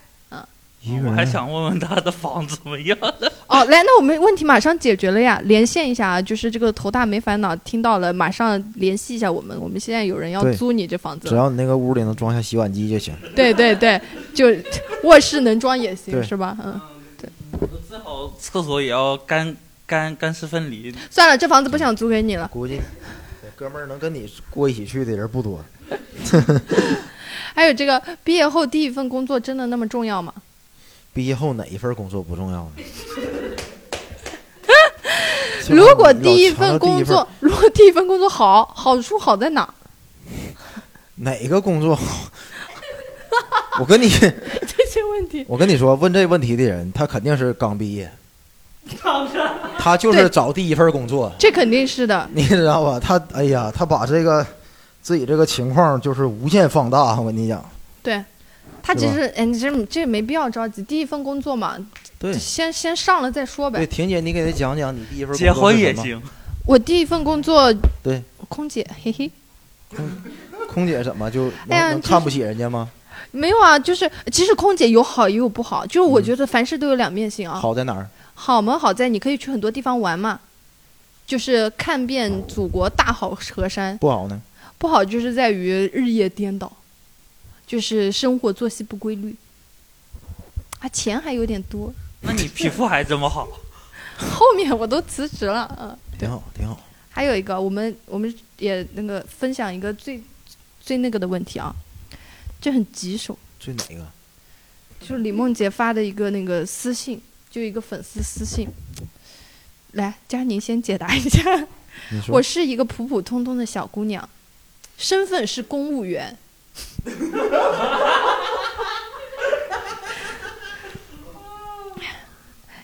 C: 一个
G: 我还
C: 人啊
G: 想问问他的房怎么样了。
B: 哦，来，那我们问题马上解决了呀！连线一下啊，就是这个头大没烦恼，听到了马上联系一下我们。我们现在有人要
C: 对
B: 租你这房子
C: 只
B: 了，
C: 要你那个屋里能装下洗碗机就行。
B: 对对对，就卧室能装也行，
C: 对
B: 是吧？嗯，
G: 最好 厕所也要干干干湿分离。
B: 算了，这房子不想租给你了。
C: 估计我哥们儿能跟你过一起去的人不多。
B: 还有这个毕业后第一份工作真的那么重要吗？
C: 毕业后哪一份工作不重要 呢？
B: 如果第一
C: 老强调第
B: 份工
C: 一份
B: 作， 如果第一份工作好，好处好在哪？
C: 哪个工作 好？我跟你，
B: 这些问题，
C: 我跟你说，问这问题的人，他肯定是刚毕业，他就
B: 对
C: 是找第一份工作，
B: 这肯定是的。
C: 你知道吧？他哎呀，他把这个自己这个情况就是无限放大。我跟你讲，
B: 对，他
C: 是
B: 其
C: 吧
B: 实，哎，你这这没必要着急，第一份工作嘛，
C: 对
B: 先先上了再说
C: 对，。
B: 呗
C: 婷姐，你给他讲讲你第一份工作
G: 结婚
C: 是
G: 也
C: 什么，
G: 行，
B: 我第一份工作，
C: 对，
B: 空姐，嘿嘿，
C: 空姐怎么就能,、
B: 哎呀
C: 能
B: 就是
C: 看不起人家吗？
B: 没有啊，就是其实空姐有好也有不好，就是我觉得凡事都有两面性啊。
C: 嗯好在哪儿？
B: 好嘛，好在你可以去很多地方玩嘛，就是看遍祖国大好河山。
C: 不好呢？
B: 不好就是在于日夜颠倒，就是生活作息不规律。啊，钱还有点多，
G: 那你皮肤还这么好，
B: 后面我都辞职了，嗯、
C: 挺好，挺好。
B: 还有一个，我们我们也那个分享一个最最那个的问题啊，这很棘手，
C: 最哪个？
B: 就是李梦洁发的一个那个私信，就一个粉丝私信。来，佳宁先解答一下。
C: 你说
B: 我是一个普普通通的小姑娘，身份是公务员。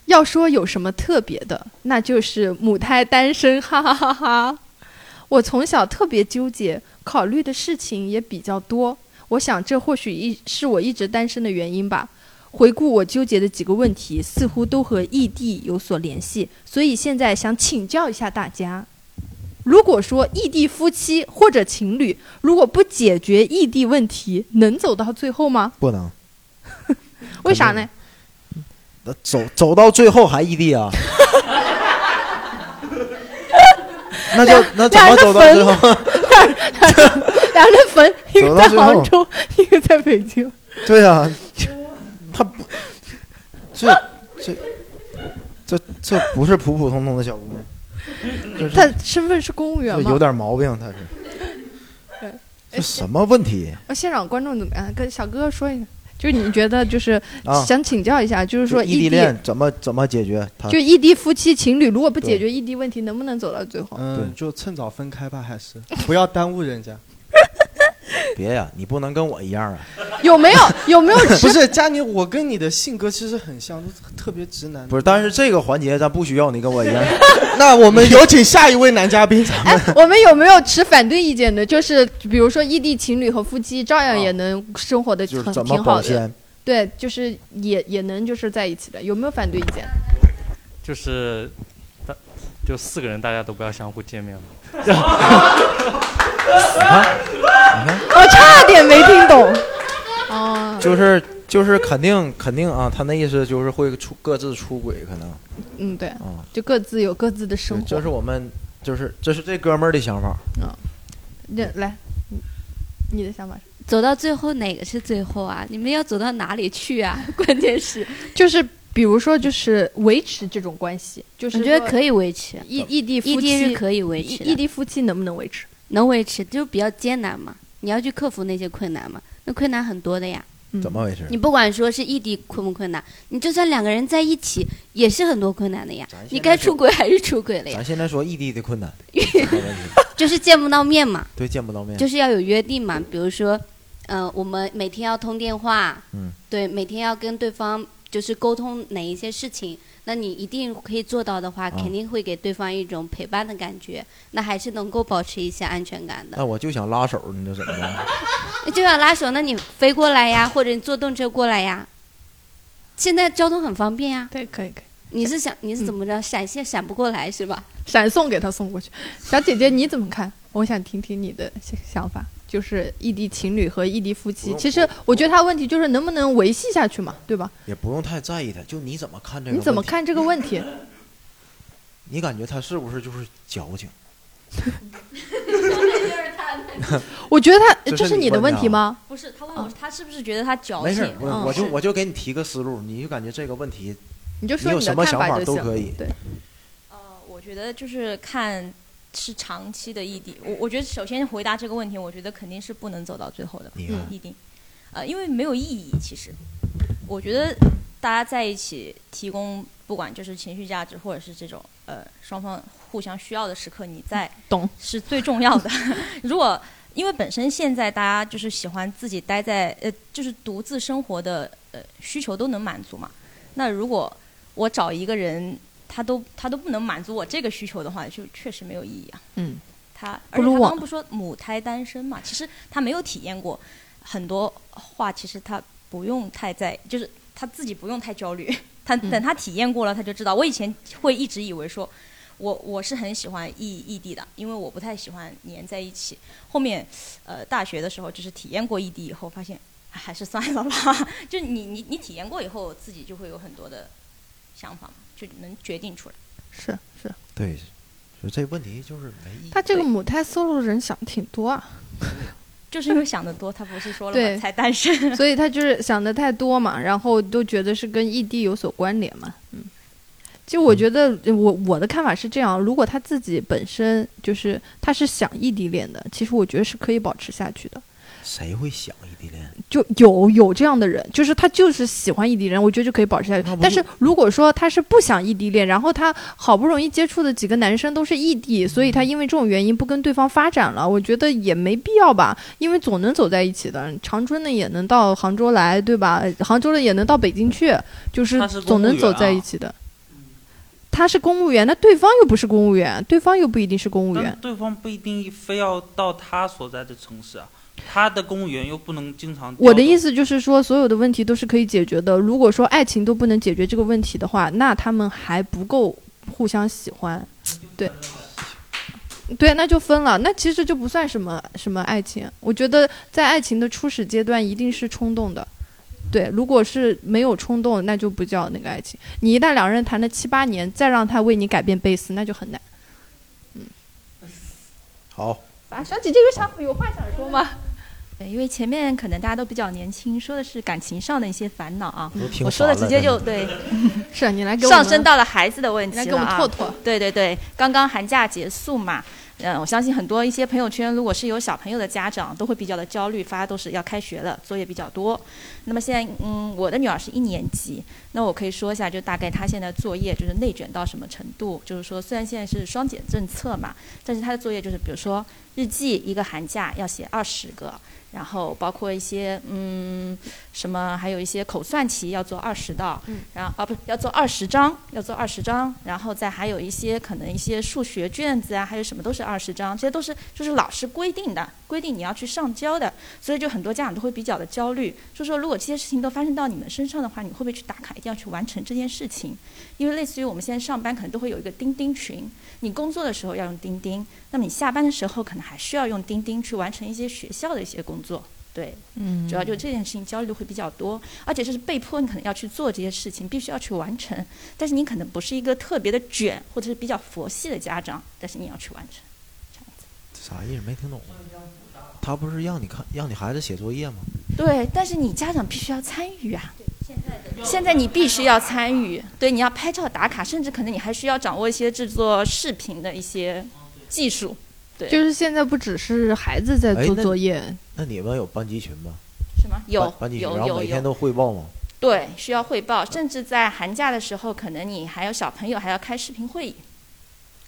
B: 要说有什么特别的，那就是母胎单身， 哈哈哈哈！我从小特别纠结，考虑的事情也比较多。我想这或许一是我一直单身的原因吧。回顾我纠结的几个问题，似乎都和异地有所联系，所以现在想请教一下大家：如果说异地夫妻或者情侣，如果不解决异地问题，能走到最后吗？
C: 不能，
B: 为啥呢？
C: 那走走到最后还异地啊？那就那怎么走到 最后？
B: 俩人分，一个
C: 走
B: 在
C: 到最后
B: 杭州，一个在北京。
C: 对啊，他不，
B: 啊
C: 这这这这不是普普通通的小姑娘，
B: 他身份是公务员
C: 这
B: 吗？哎
C: 有点毛病，他是。这什么问题？
B: 呃现场观众怎么样？跟小哥哥说一下，就是你觉得就是
C: 啊
B: 想请教一下，就是说
C: 就异
B: 地
C: 地恋怎么怎么解决？他
B: 就异地夫妻情侣，如果不解
C: 对
B: 决异地问题，能不能走到最后？
C: 对
I: 嗯，就趁早分开吧，还是不要耽误人家。
C: 别呀，你不能跟我一样啊！
B: 有没有有 没有
I: 不是佳妮，我跟你的性格其实很像，都特别直男。
C: 不是，但是这个环节咱不需要你跟我一 样。
I: 那我们有请下一位男嘉宾，咱们
B: 哎，我们有没有持反对意见的？就是比如说异地情侣和夫妻照样也能生活的
C: 啊就
B: 很
C: 是怎么
B: 挺
C: 保
B: 好的，
C: 鲜？
B: 对，就是也也能就是在一起的，有没有反对意见？
J: 就是大就四个人，大家都不要相互见面了。
B: 嗯我差点没听懂。哦，
C: 就是就是肯定肯定啊，他那意思就是会出各自出轨，可能
B: 嗯，对，
C: 啊，
B: 就各自有各自的
C: 这
B: 生
C: 这
B: 活
C: 是。我们就是这是这哥们儿的想法。
B: 这
H: 嗯
B: 来，你你的想法是？
H: 走到最后哪个是最后啊？你们要走到哪里去啊？ 关键是
B: 就是比如说，就是维持这种关系，就是
H: 我觉得可
B: 以
H: 以维持，啊
B: 异异地夫
H: 异地
B: 妻
H: 是可以维
B: 异
H: 持
B: 异
H: 的，
B: 地夫妻能不能维持？
H: 能维持就比较艰难嘛，你要去克服那些困难嘛，那困难很多的呀。
B: 嗯
C: 怎么回事？
H: 你不管说是异地困不困难，你就算两个人在一起，也是很多困难的呀。
C: 咱现在
H: 你该
C: 就
H: 出轨还是出轨了
B: 啊
H: 呀
C: 咱，现在说异地的困难，
B: 嗯
C: 没问题
H: 就是见不到面嘛，
C: 对，见不到面
H: 就，是要有约定嘛。比如说，呃，我们每天要通电话，
C: 嗯，
H: 对，每天要跟对方就是沟通哪一些事情，那你一定可以做到的话，
C: 啊
H: 肯定会给对方一种陪伴的感觉，那还是能够保持一些安全感的。哎
C: 那我就想拉手，你这怎么着？
H: 就要拉手，那你飞过来呀，或者你坐动车过来呀。现在交通很方便呀，
B: 对，可以可以，
H: 你是想你是怎么着？闪现闪不过来是吧？
B: 闪送给他送过去。 小姐姐你怎么看？我想听听你的想想法，就是异地情侣和异地夫
C: 不
B: 妻，
C: 用
B: 其实我觉得他问题就是能不能维系下去嘛，对吧？
C: 也不用太在意他，就你怎么看这个？
B: 你怎么？看这个 问题？
C: 你感觉他是不是就是矫情？
B: 我觉得他
C: 这是
B: 这是
C: 你
B: 的
C: 问
B: 问
C: 的
B: 题
C: 啊
B: 吗？
H: 不是，他问
B: 我
H: 他是不是觉得他矫
C: 没事儿，我
B: 嗯
C: 我就是我就给你提个思路，你就感觉这个问题，
B: 你就
C: 你
B: 说
C: 有
B: 的
C: 什么
B: 看
C: 想
B: 法
C: 法
B: 就
C: 都
B: 行。
C: 可以。
B: 对，
K: 呃，我觉得就是看是长期的异地。我我觉得首先回答这个问题，我觉得肯定是不能走到最后的，
C: 你看，
K: 一定，呃，因为没有意义。其实，我觉得大家在一起提供，不管就是情绪价值，或者是这种呃双方互相需要的时刻，你在
B: 懂
K: 是最重要的。 如果因为本身现在大家就是喜欢自己待在呃，就是独自生活的呃需求都能满足嘛。那如果我找一个人，他都他都不能满足我这个需求的话，就确实没有意义啊。
B: 嗯，
K: 他
B: 不
K: 而且
B: 如
K: 他
B: 我
K: 刚刚不说母胎单身嘛，其实他没有体验过很多话，其实他不用太在，就是他自己不用太焦虑。他
B: 嗯
K: 等他体验过了，他就知道。我以前会一直以为说，我我是很喜欢异异地的，因为我不太喜欢黏在一起。后面，呃，大学的时候就是体验过异地以后，发现哎还是算了吧。 就你你你体验过以后，自己就会有很多的想法嘛，就能决定出来。
B: 是是，
C: 对，所以这问题就是没意义。
B: 他这个母胎 solo 的人想的挺多啊，
K: 就是因为想得多，他不是说了
B: 对
K: 吗？才单身。
B: 所以他就是想的太多嘛，然后都觉得是跟异地有所关联嘛。嗯，就我觉得呃我我的看法是这样，如果他自己本身就是他是想异地恋的，其实我觉得是可以保持下去的。
C: 谁会想异地恋？
B: 就有有这样的人，就是他就是喜欢异地恋，我觉得就可以保持下去。但是如果说他是不想异地恋，然后他好不容易接触的几个男生都是异地，所以
G: 嗯
B: 他因为这种原因不跟对方发展了，我觉得也没必要吧，因为总能走在一起的。长春的也能到杭州来，对吧？杭州的也能到北京去，就是
G: 他是公务
B: 总能走
G: 员啊
B: 在一起的。他是公务员，那对方又不是公务员，对方又不一定是公务员
G: 但。对方不一定非要到他所在的城市啊，他的公务员又不能经常。
B: 我的意思就是说，所有的问题都是可以解决的。如果说爱情都不能解决这个问题的话，那他们还不够互相喜欢，对，对，那就分了。那其实就不算什么什么爱情。我觉得在爱情的初始阶段，一定是冲动的。对，如果是没有冲动，那就不叫那个爱情。你一旦两人谈了七八年，再让他为你改变贝斯，那就很难。
C: 好，
L: 啊，小姐姐有想有话想说吗？
M: 对，哎因为前面可能大家都比较年轻，说的是感情上的一些烦恼啊
C: 我都。听
M: 我说的
C: 烦了
M: 直接就
C: 真 的
M: 对，
B: 是你来给我们
M: 上升到了孩子的问题
B: 你来
M: 了、啊、
B: 给我们拓拓。
M: 对对对，刚刚寒假结束嘛，嗯，我相信很多一些朋友圈，如果是有小朋友的家长，都会比较的焦虑，发都是要开学了，作业比较多。那么现在，嗯，我的女儿是一年级，那我可以说一下，就大概她现在作业就是内卷到什么程度？就是说，虽然现在是双减政策嘛，但是她的作业就是，比如说日记一个寒假要写二十个，然后包括一些嗯什么，还有一些口算题要做二十道，然后啊不是要做二十张，要做二十张，然后再还有一些可能一些数学卷子啊，还有什么都是二十张，这些都是就是老师规定的，规定你要去上交的，所以就很多家长都会比较的焦虑，就说如果这些事情都发生到你们身上的话，你会不会去打卡，一定要去完成这件事情？因为类似于我们现在上班可能都会有一个钉钉群，你工作的时候要用钉钉，那么你下班的时候可能还需要用钉钉去完成一些学校的一些工作。对，
B: 嗯
M: 主要就这件事情焦虑会比较多，而且这是被迫你可能要去做这些事情，必须要去完成。但是你可能不是一个特别的卷，或者是比较佛系的家长，但是你要去完成。
C: 啥意思？没听懂。他不是让你看，让你孩子写作业吗？
M: 对，但是你家长必须要参与啊。现在你必须要参与，对，你要拍照打卡，甚至可能你还需要掌握一些制作视频的一些技术。对，
B: 哦就是现在不只是孩子在
C: 哎
B: 做
C: 那
B: 作业，
C: 那你们有班级群吗？
M: 什么有
C: 班班级群，
M: 有
C: 然后
M: 有
C: 每天
M: 有，
C: 都汇报吗？
M: 对，需要汇报，甚至在寒假的时候，可能你还有小朋友还要开视频会议。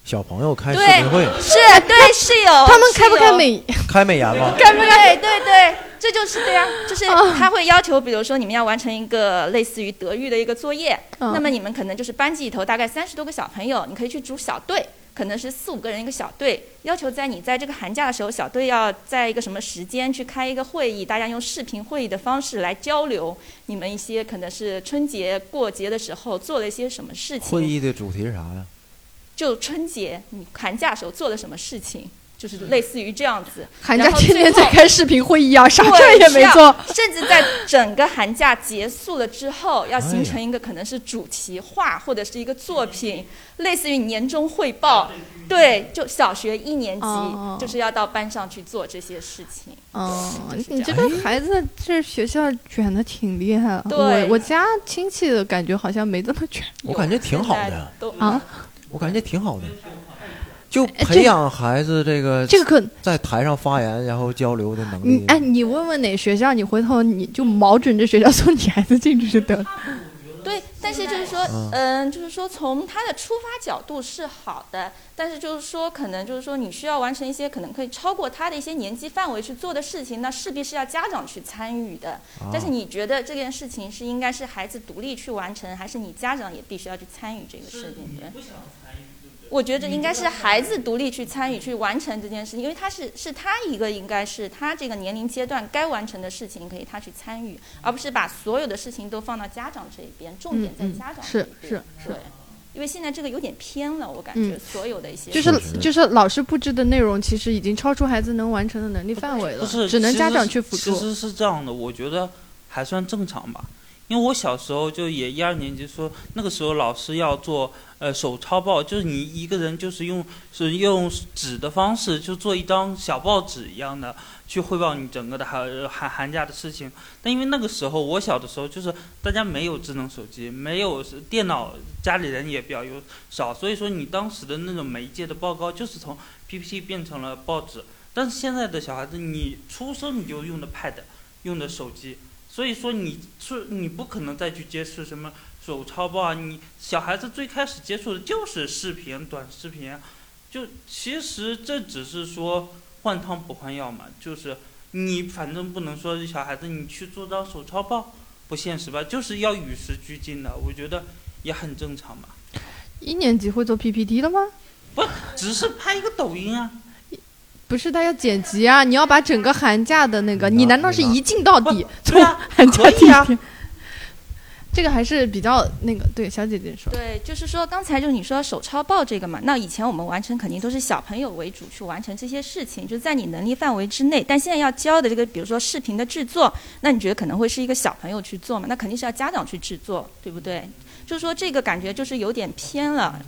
C: 小朋友开视
M: 对
C: 频会，
M: 是对是有，
B: 他们开不
M: 是有
B: 开美
C: 开美颜吗？
M: 干不干？对对对，这就是对啊，就是
B: 哦
M: 他会要求，比如说你们要完成一个类似于德育的一个作业，
B: 嗯
M: 那么你们可能就是班级里头大概三十多个小朋友，你可以去组小队。可能是四五个人一个小队，要求在你在这个寒假的时候，小队要在一个什么时间去开一个会议，大家用视频会议的方式来交流你们一些可能是春节过节的时候做了一些什么事情。
C: 会议的主题是啥呀？
M: 就春节你寒假时候做了什么事情，就是类似于这样子。
B: 寒假
M: 然后
B: 天天
M: 最
B: 在
M: 后
B: 开视频会议啊，啥事儿
M: 对
B: 也没
M: 是啊
B: 做。
M: 甚至在整个寒假结束了之后，要
B: 哎
M: 形
B: 呀
M: 成一个可能是主题画或者是一个作品，类似于年终汇报。对，就小学一年级
B: 哦
M: 就是要到班上去做这些事情。
B: 哦，
M: 就是哎
B: 你
M: 这
B: 这
M: 样
B: 个孩子这学校卷的挺厉害。啊
M: 对
B: 我我家亲戚的感觉好像没这么卷。
C: 我感觉挺好
M: 现在
C: 的，
M: 都哎
B: 啊，
C: 我感觉挺好的，就
B: 哎这
C: 培养孩子这个
B: 这个可
C: 在台上发言然后交流的能
B: 你
C: 力。
B: 哎，你问问哪学校，你回头你就瞄准这学校送你孩子进去就得了。
M: 对，但是就是说，
C: 嗯
M: 嗯、就是说从他的出发角度是好的，但是就是说，可能就是说你需要完成一些可能可以超过他的一些年级范围去做的事情，那势必是要家长去参与的。但是
C: 啊
M: 你觉得这件事情是应该是孩子独立去完成，还是你家长也必须要去参与这个事情？对。我觉得应该是孩子独立去参与、去完成这件事情，因为他是是他一个应该是他这个年龄阶段该完成的事情，可以他去参与，而不是把所有的事情都放到家长这一边，重点在
B: 嗯嗯
M: 家长这一
B: 是
M: 边。
B: 是是
M: 对，因为现在这个有点偏了，我感
B: 嗯
M: 觉所有的一些
B: 就是就是老师布置的内容，其实已经超出孩子能完成的能力范围
G: 不
B: 了
G: 是，，
B: 只能
G: 其
B: 家
G: 实
B: 长
G: 是
B: 去辅
G: 其实
B: 助。
G: 是这样的，我觉得还算正常吧，因为我小时候就也一二年级说，那个时候老师要做呃手抄报，就是你一个人就是用是用纸的方式就做一张小报纸一样的，去汇报你整个的寒寒寒假的事情。但因为那个时候我小的时候，就是大家没有智能手机，没有是电脑，家里人也比较有少，所以说你当时的那种媒介的报告就是从 PPT 变成了报纸。但是现在的小孩子，你出生你就用的 Pad，用的手机，所以说你是你不可能再去接触什么手抄报啊，你小孩子最开始接触的就是视频、短视频，啊就其实这只是说换汤不换药嘛，就是你反正不能说小孩子你去做张手抄报不现实吧，就是要与时俱进的，我觉得也很正常嘛，
B: 一年级会做 PPT 了吗？
G: 只是拍一个抖音啊。
B: 不是，他要剪辑啊！你要把整个寒假的那个，你难道是一镜到底？从
K: 啊
B: 寒假第一天，这个还是比较那个。对，小姐姐说，
K: 对，就是说刚才就是你说手抄报这个嘛，那以前我们完成肯定都是小朋友为主去完成这些事情，就在你能力范围之内。但现在要教的这个，比如说视频的制作，那你觉得可能会是一个小朋友去做嘛？那肯定是要家长去制作，对不对？就是说这个感觉就是有点偏了。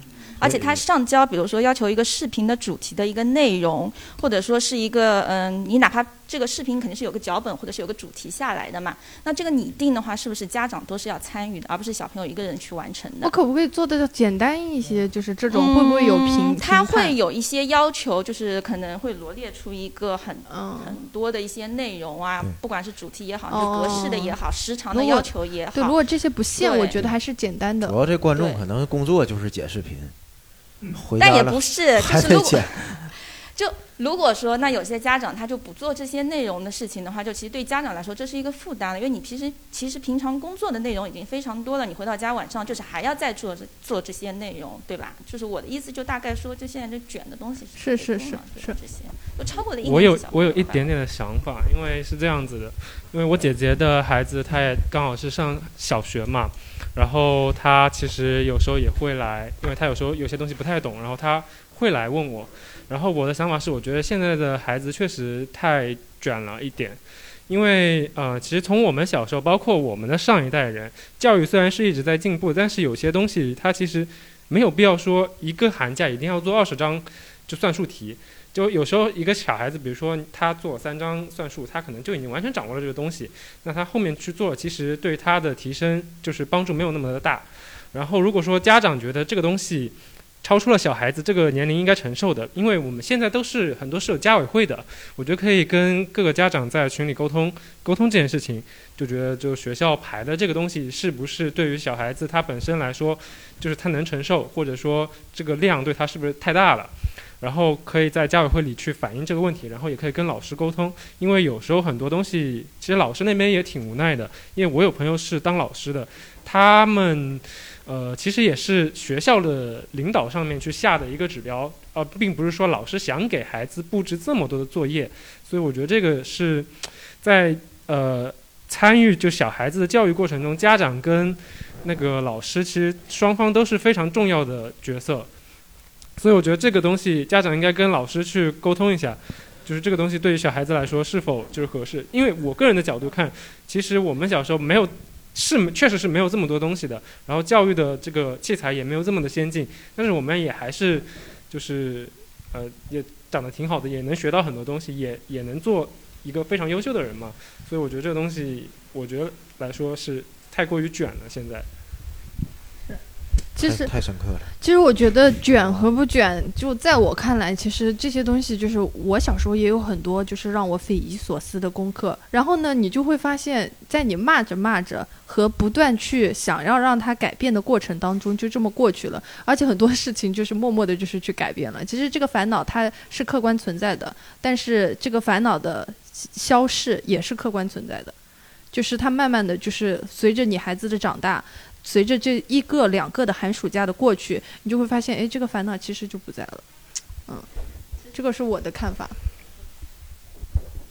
K: 而且它上交，比如说要求一个视频的主题的一个内容，或者说是一个嗯，你哪怕这个视频肯定是有个脚本或者是有个主题下来的嘛，那这个拟定的话，是不是家长都是要参与的，而不是小朋友一个人去完成的？
B: 我可不可以做的简单一些？就是这种会不会有评？
K: 嗯它
B: 评判
K: 会有一些要求，就是可能会罗列出一个很、很多的一些内容啊，不管是主题也好，
B: 哦
K: 是格式的也好，时长的
B: 如果
K: 要求也好。
B: 对，如果这些不限，
K: 对
B: 我觉得还是简单的。
C: 主要这观众可能工作就是剪视频，回
K: 但
C: 家
K: 也
C: 了
K: 不是
C: 还
K: 就是
C: 得
K: 如果
C: 剪。
K: 就如果说那有些家长他就不做这些内容的事情的话，就其实对家长来说这是一个负担了，因为你平时其实平常工作的内容已经非常多了，你回到家晚上就是还要再做这做这些内容，对吧？就是我的意思，就大概说，就现在就卷的东西
B: 是
K: 是
B: 是
K: 最多嘛对吧这些就超过了一年
E: 我有
K: 小
E: 我有一点点的想法，因为是这样子的，因为我姐姐的孩子他也刚好是上小学嘛，然后他其实有时候也会来，因为他有时候有些东西不太懂，然后他会来问我，然后我的想法是，我觉得现在的孩子确实太卷了一点。因为呃，其实从我们小时候，包括我们的上一代人，教育虽然是一直在进步，但是有些东西它其实没有必要说一个寒假一定要做二十张就算术题。就有时候一个小孩子，比如说他做三张算术，他可能就已经完全掌握了这个东西，那他后面去做，其实对他的提升就是帮助没有那么的大。然后如果说家长觉得这个东西超出了小孩子这个年龄应该承受的，因为我们现在都是很多是有家委会的，我觉得可以跟各个家长在群里沟通沟通这件事情，就觉得就学校排的这个东西是不是对于小孩子他本身来说，就是他能承受，或者说这个量对他是不是太大了。然后可以在家委会里去反映这个问题，然后也可以跟老师沟通，因为有时候很多东西，其实老师那边也挺无奈的，因为我有朋友是当老师的，他们，呃，其实也是学校的领导上面去下的一个指标，呃，并不是说老师想给孩子布置这么多的作业，所以我觉得这个是在呃参与就小孩子的教育过程中，家长跟那个老师其实双方都是非常重要的角色。所以我觉得这个东西家长应该跟老师去沟通一下，就是这个东西对于小孩子来说是否就是合适。因为我个人的角度看，其实我们小时候没有是确实是没有这么多东西的，然后教育的这个器材也没有这么的先进，但是我们也还是就是呃也长得挺好的，也能学到很多东西，也也能做一个非常优秀的人嘛。所以我觉得这个东西，我觉得来说是太过于卷了现在。
B: 其实
C: 太太深刻了。
B: 其实我觉得卷和不卷，就在我看来，其实这些东西就是我小时候也有很多就是让我匪夷所思的功课。然后呢，你就会发现，在你骂着骂着和不断去想要让它改变的过程当中，就这么过去了。而且很多事情就是默默的，就是去改变了。其实这个烦恼它是客观存在的，但是这个烦恼的消逝也是客观存在的。就是它慢慢的就是随着你孩子的长大，随着这一个两个的寒暑假的过去，你就会发现，哎，这个烦恼其实就不在了。嗯，这个是我的看法。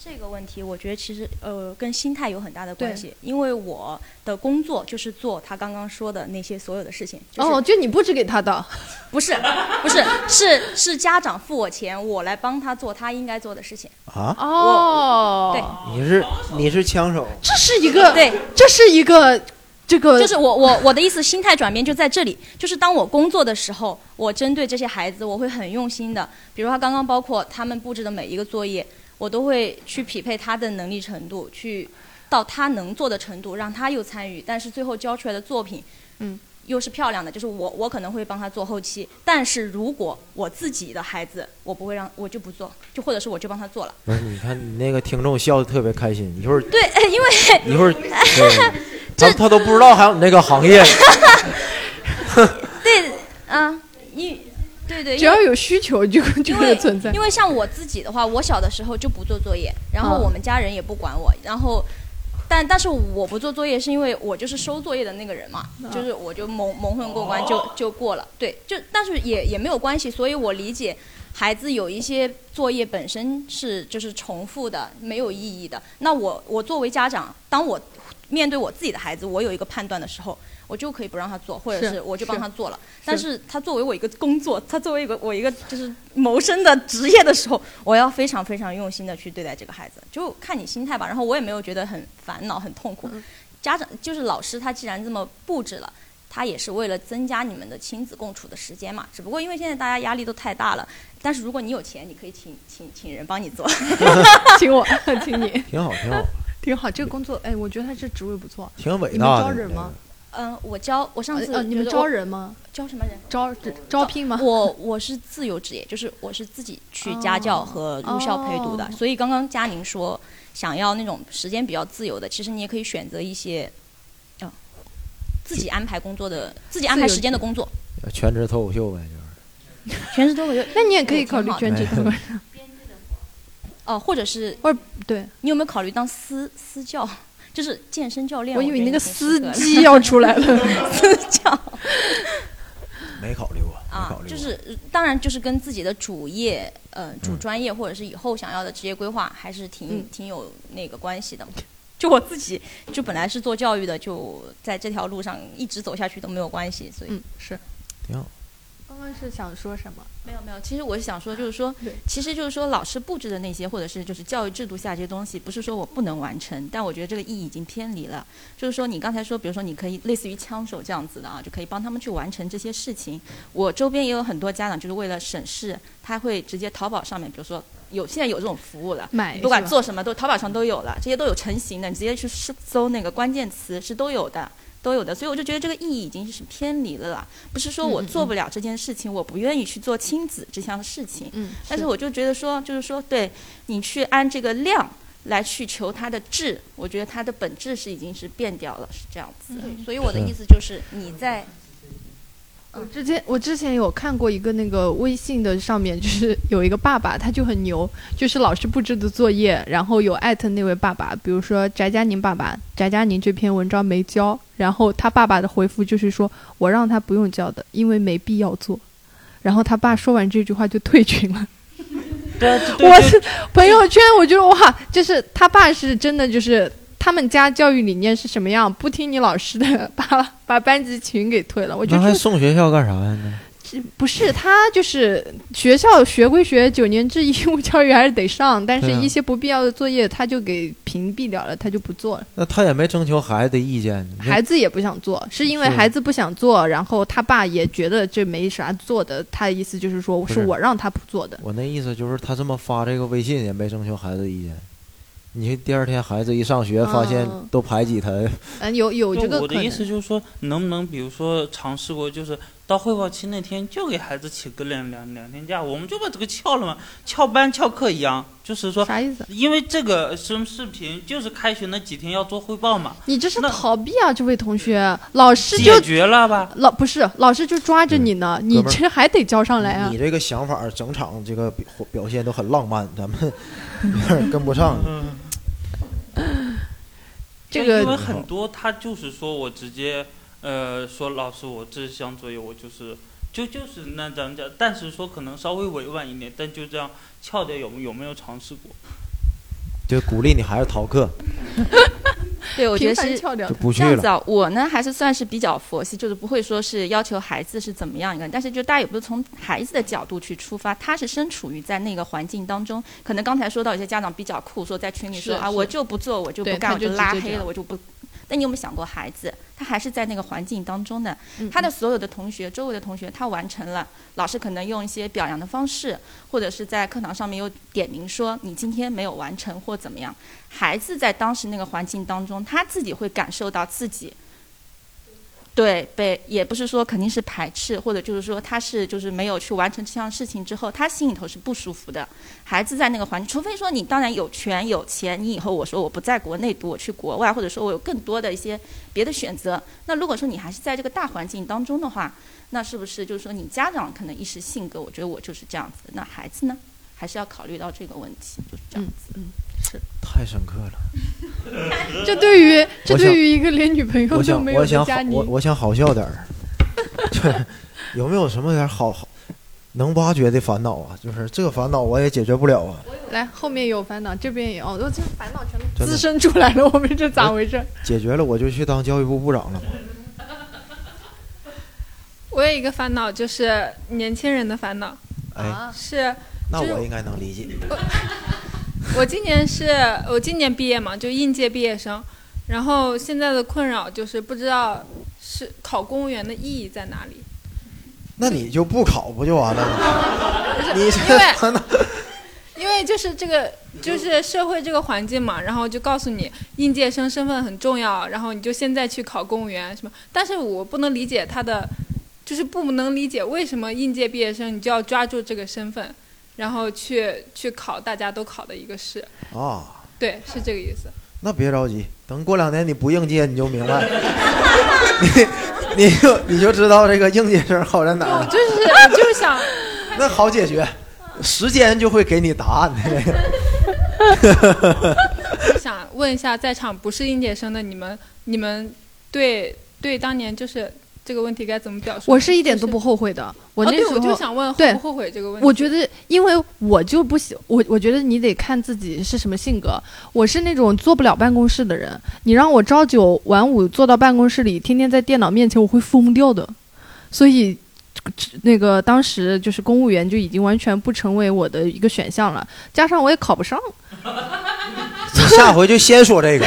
K: 这个问题，我觉得其实呃跟心态有很大的关
B: 对
K: 系，因为我的工作就是做他刚刚说的那些所有的事情。就是、
B: 哦，就你布置给他的，
K: 不是不是是是家长付我钱，我来帮他做他应该做的事情。
C: 啊，
B: 哦，
K: 对，
C: 你是你是枪手，
B: 这是一个
K: 对，
B: 这是一个这个，
K: 就是我我我的意思，心态转变就在这里，就是当我工作的时候，我针对这些孩子，我会很用心的。比如他刚刚包括他们布置的每一个作业，我都会去匹配他的能力程度，去到他能做的程度，让他又参与，但是最后交出来的作品，
B: 嗯，
K: 又是漂亮的。就是我我可能会帮他做后期，但是如果我自己的孩子，我不会让我就不做，就或者是我就帮他做了。
C: 不是，你看你那个听众笑的特别开心，一会儿
K: 对，因为
C: 一会儿，对他他都不知道还有你这个行业，
K: 对，啊，一对对，
B: 嗯
K: 因为
B: 只要有需求就 就
K: 因
B: 会
K: 为
B: 存在。
K: 因为像我自己的话，我小的时候就不做作业，然后
B: 嗯
K: 我们家人也不管我，然后。但但是我不做作业，是因为我就是收作业的那个人嘛，
B: 嗯哦
K: 就是我就蒙蒙混过关就就过了，对，就但是也也没有关系，所以我理解孩子有一些作业本身是就是重复的，没有意义的。那我我作为家长，当我面对我自己的孩子，我有一个判断的时候，我就可以不让他做，或者
B: 是
K: 是我就是帮他做了。
B: 是
K: 但是他作为我一个工作，他作为一个我一个就是 谋生的职业的时候，我要非常非常用心的去对待这个孩子，就看你心态吧。然后我也没有觉得很烦恼、很痛苦。家长就是老师，他既然这么布置了。他也是为了增加你们的亲子共处的时间嘛，只不过因为现在大家压力都太大了，但是如果你有钱，你可以请请请人帮你做，
B: 请 我，请你，
C: 挺好挺好，
B: 挺好。这个工作，哎，我觉得他这职位不错，
C: 挺伟
B: 你们
C: 大的
B: 招
C: 你
B: 人
C: 这
B: 吗？
K: 嗯，我教我上次
B: 呃呃你们
K: 觉得
B: 招
K: 我
B: 人吗？
K: 招什么人？
B: 招招聘吗？
K: 我我是自由职业，就是我是自己去家教和入校陪读的，
B: 哦
K: 所以刚刚佳宁说想要那种时间比较自由的，其实你也可以选择一些，嗯、自己安排工作的，自己安排时间的工作，
C: 全职脱口秀呗，就是
K: 全职脱口秀。
B: 那你也可以考虑
K: 挺好的
B: 全职脱口秀，
K: 哦、或者是
B: 或者对，
K: 你有没有考虑当私私教，就是健身教练？
B: 我
K: 我
B: 以为
K: 觉
B: 你那
K: 得
B: 个
K: 挺
B: 司
K: 适合的
B: 机要出来了，
C: 没考虑过，没
K: 啊
C: 考，虑
K: 就
C: 过。嗯
K: 是呃当然就是跟自己的主业、呃主专业或者是以后想要的职业规划还是挺、挺有那个关系的。就我自己，就本来是做教育的，就在这条路上一直走下去都没有关系，所以、
B: 嗯是。
C: 挺好。
B: 刚刚是想说什么？啊
M: 没有没有，其实我是想说，就是说，其实就是说，老师布置的那些，或者是就是教育制度下这些东西，不是说我不能完成，但我觉得这个意义已经偏离了。就是说，你刚才说，比如说，你可以类似于枪手这样子的啊，就可以帮他们去完成这些事情。我周边也有很多家长，就是为了省事，他会直接淘宝上面，比如说有现在有这种服务了，
B: 买
M: 你不管
B: 是吧
M: 做什么都淘宝上都有了，这些都有成型的，你直接去搜搜那个关键词是都有的。都有的，所以我就觉得这个意义已经是偏离了啦，不是说我
B: 嗯嗯
M: 做不
B: 嗯
M: 了这件事情，我不愿意去做亲子这项事情，
B: 嗯
M: 但
B: 是
M: 是我就觉得说，就是说，对你去按这个量来去求它的质，我觉得它的本质是已经是变掉了，是这样子的。嗯
K: 所以我的
C: 嗯
M: 是
K: 意思就是你在
B: 我之前我之前有看过一个那个微信的上面，就是有一个爸爸，他就很牛，就是老师布置的作业，然后有艾特那位爸爸，比如说翟佳宁爸爸，翟佳宁这篇文章没交，然后他爸爸的回复就是说我让他不用交的，因为没必要做。然后他爸说完这句话就退群了。我是朋友圈，我觉得哇，就是他爸是真的，就是他们家教育理念是什么样，不听你老师的，把把班级群给退了。我觉
C: 那
B: 得
C: 还
B: 这个
C: 送学校干啥呀？
B: 不是，他就是学校学归学，九年制义务教育还是得上，但是
C: 对啊
B: 一些不必要的作业他就给屏蔽掉了，他就不做了。
C: 那他也没征求孩子的意见，那
B: 孩子也不想做，是因为
C: 是
B: 孩子不想做，然后他爸也觉得这没啥做的，他的意思就是说
C: 不
B: 是
C: 是
B: 我让他不做的。
C: 我那意思就是，他这么发这个微信也没征求孩子的意见。你第二天孩子一上学，发现
B: 嗯
C: 都排挤他，
B: 嗯，有有
G: 就
B: 这个
G: 我
B: 可
G: 的
B: 能
G: 意。思就是说，能不能比如说尝试过，就是到汇报期那天就给孩子请个两两两天假，我们就把这个翘了嘛，翘班翘课一样，就是说
B: 啥意思？
G: 因为这个什么视频就是开学那几天要做汇报嘛，
B: 你这是逃避啊，这位同学，老师就
G: 解决了吧？
B: 老不是老师就抓着你呢，你
C: 嗯哥们儿
B: 这还得交上来啊
C: 你。这个想法儿整场这个表表现都很浪漫，咱 们有点跟不上。
B: 这个
G: 因为很多他就是说我直接呃说老师我这项作业我就是就就是那咱们讲，但是说可能稍微委婉一点，但就这样翘掉有有没有尝试过？
C: 就鼓励你孩子逃课，
M: 对，我觉得
B: 频繁
M: 是
B: 翘掉
C: 就不去
M: 这样子
C: 了
M: 啊。我呢还是算是比较佛系，就是不会说是要求孩子是怎么样一个人，但是就大家也不是从孩子的角度去出发，他是身处于在那个环境当中。可能刚才说到有些家长比较酷，说在群里说
B: 是
M: 啊
B: 是
M: 我就不做，我就
B: 对
M: 不干，
B: 他
M: 我
B: 就
M: 拉
B: 直接这
M: 黑了，
B: 样
M: 我就不。但你有没有想过孩子？
K: 他还是在那个环境当中的。
B: 嗯
K: 他的所有的同学、周围的同学，他完成了，老师可能用一些表扬的方式，或者是在课堂上面又点名说你今天没有完成或怎么样。孩子在当时那个环境当中，他自己会感受到自己。对，被也不是说肯定是排斥，或者就是说他是就是没有去完成这项事情之后，他心里头是不舒服的。孩子在那个环境，除非说你当然有权有钱，你以后我说我不在国内读，我去国外，或者说我有更多的一些别的选择。那如果说你还是在这个大环境当中的话，那是不是就是说你家长可能一时性格，我觉得我就是这样子，那孩子呢，还是要考虑到这个问题，就是这样子。嗯，是。
C: 太深刻了。
B: 这对于这
C: 我想
B: 对于一个连女朋友
C: 我
B: 都
C: 想，
B: 没
C: 我
B: 有
C: 想
B: 的
C: 好
B: 佳，
C: 我
B: 宁，
C: 我想好笑点儿， 就有没有什么点儿好好能挖掘的烦恼啊？就是这个烦恼我也解决不了啊，
B: 来后面有烦恼，这边也有，我这烦恼全都
C: 真的
B: 滋生出来了，我们这咋回事？
C: 解决了我就去当教育部部长了嘛。
D: 我有一个烦恼，就是年轻人的烦恼，
C: 哎，
D: 是
C: 那
D: 就是
C: 我应该能理解。
D: 我今年是我今年毕业嘛，就应届毕业生。然后现在的困扰就是不知道是考公务员的意义在哪里。
C: 那你就不考不就完了吗？你
D: 因为
C: 真的
D: 因为就是这个，就是社会这个环境嘛，然后就告诉你应届生身份很重要，然后你就现在去考公务员什么。但是我不能理解他的，就是不能理解为什么应届毕业生你就要抓住这个身份，然后去去考大家都考的一个试。
C: 啊，
D: 对，是这个意思。
C: 那别着急，等过两年你不应届你就明白，你你就你就知道这个应届生好在哪儿了。
D: 就是我就是想，
C: 那好解决，时间就会给你答案的。这个
D: 我想问一下，在场不是应届生的你们，你们对对当年就是这个问题该怎么表述？
B: 我是一点都不后悔的。我
D: 哦
B: 那
D: 对
B: 时候、
D: 我就想问后
B: 对
D: 不后悔这个问
B: 我
D: 题
B: 觉得，因为我就不喜我，我觉得你得看自己是什么性格。我是那种做不了办公室的人，你让我朝九晚五坐到办公室里，天天在电脑面前，我会疯掉的。所以，那个当时就是公务员就已经完全不成为我的一个选项了，加上我也考不上，
C: 你下回就先说 这个，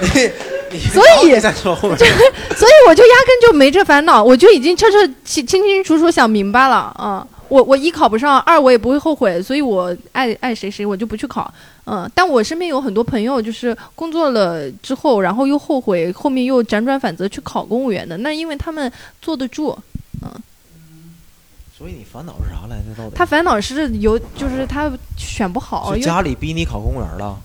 C: 你你
B: 所以
C: 以再说后面。
B: 所以我就压根就没这烦恼，我就已经彻彻清清清楚楚想明白了啊。我我一考不上，二我也不会后悔，所以我爱爱谁谁我就不去考。嗯，但我身边有很多朋友，就是工作了之后，然后又后悔，后面又辗转反侧去考公务员的。那因为他们坐得住，嗯，
C: 所以你烦恼是啥来着？到底
B: 他烦恼是有，就是他选不
C: 是
B: 好，因为
C: 家里逼你考公务员了？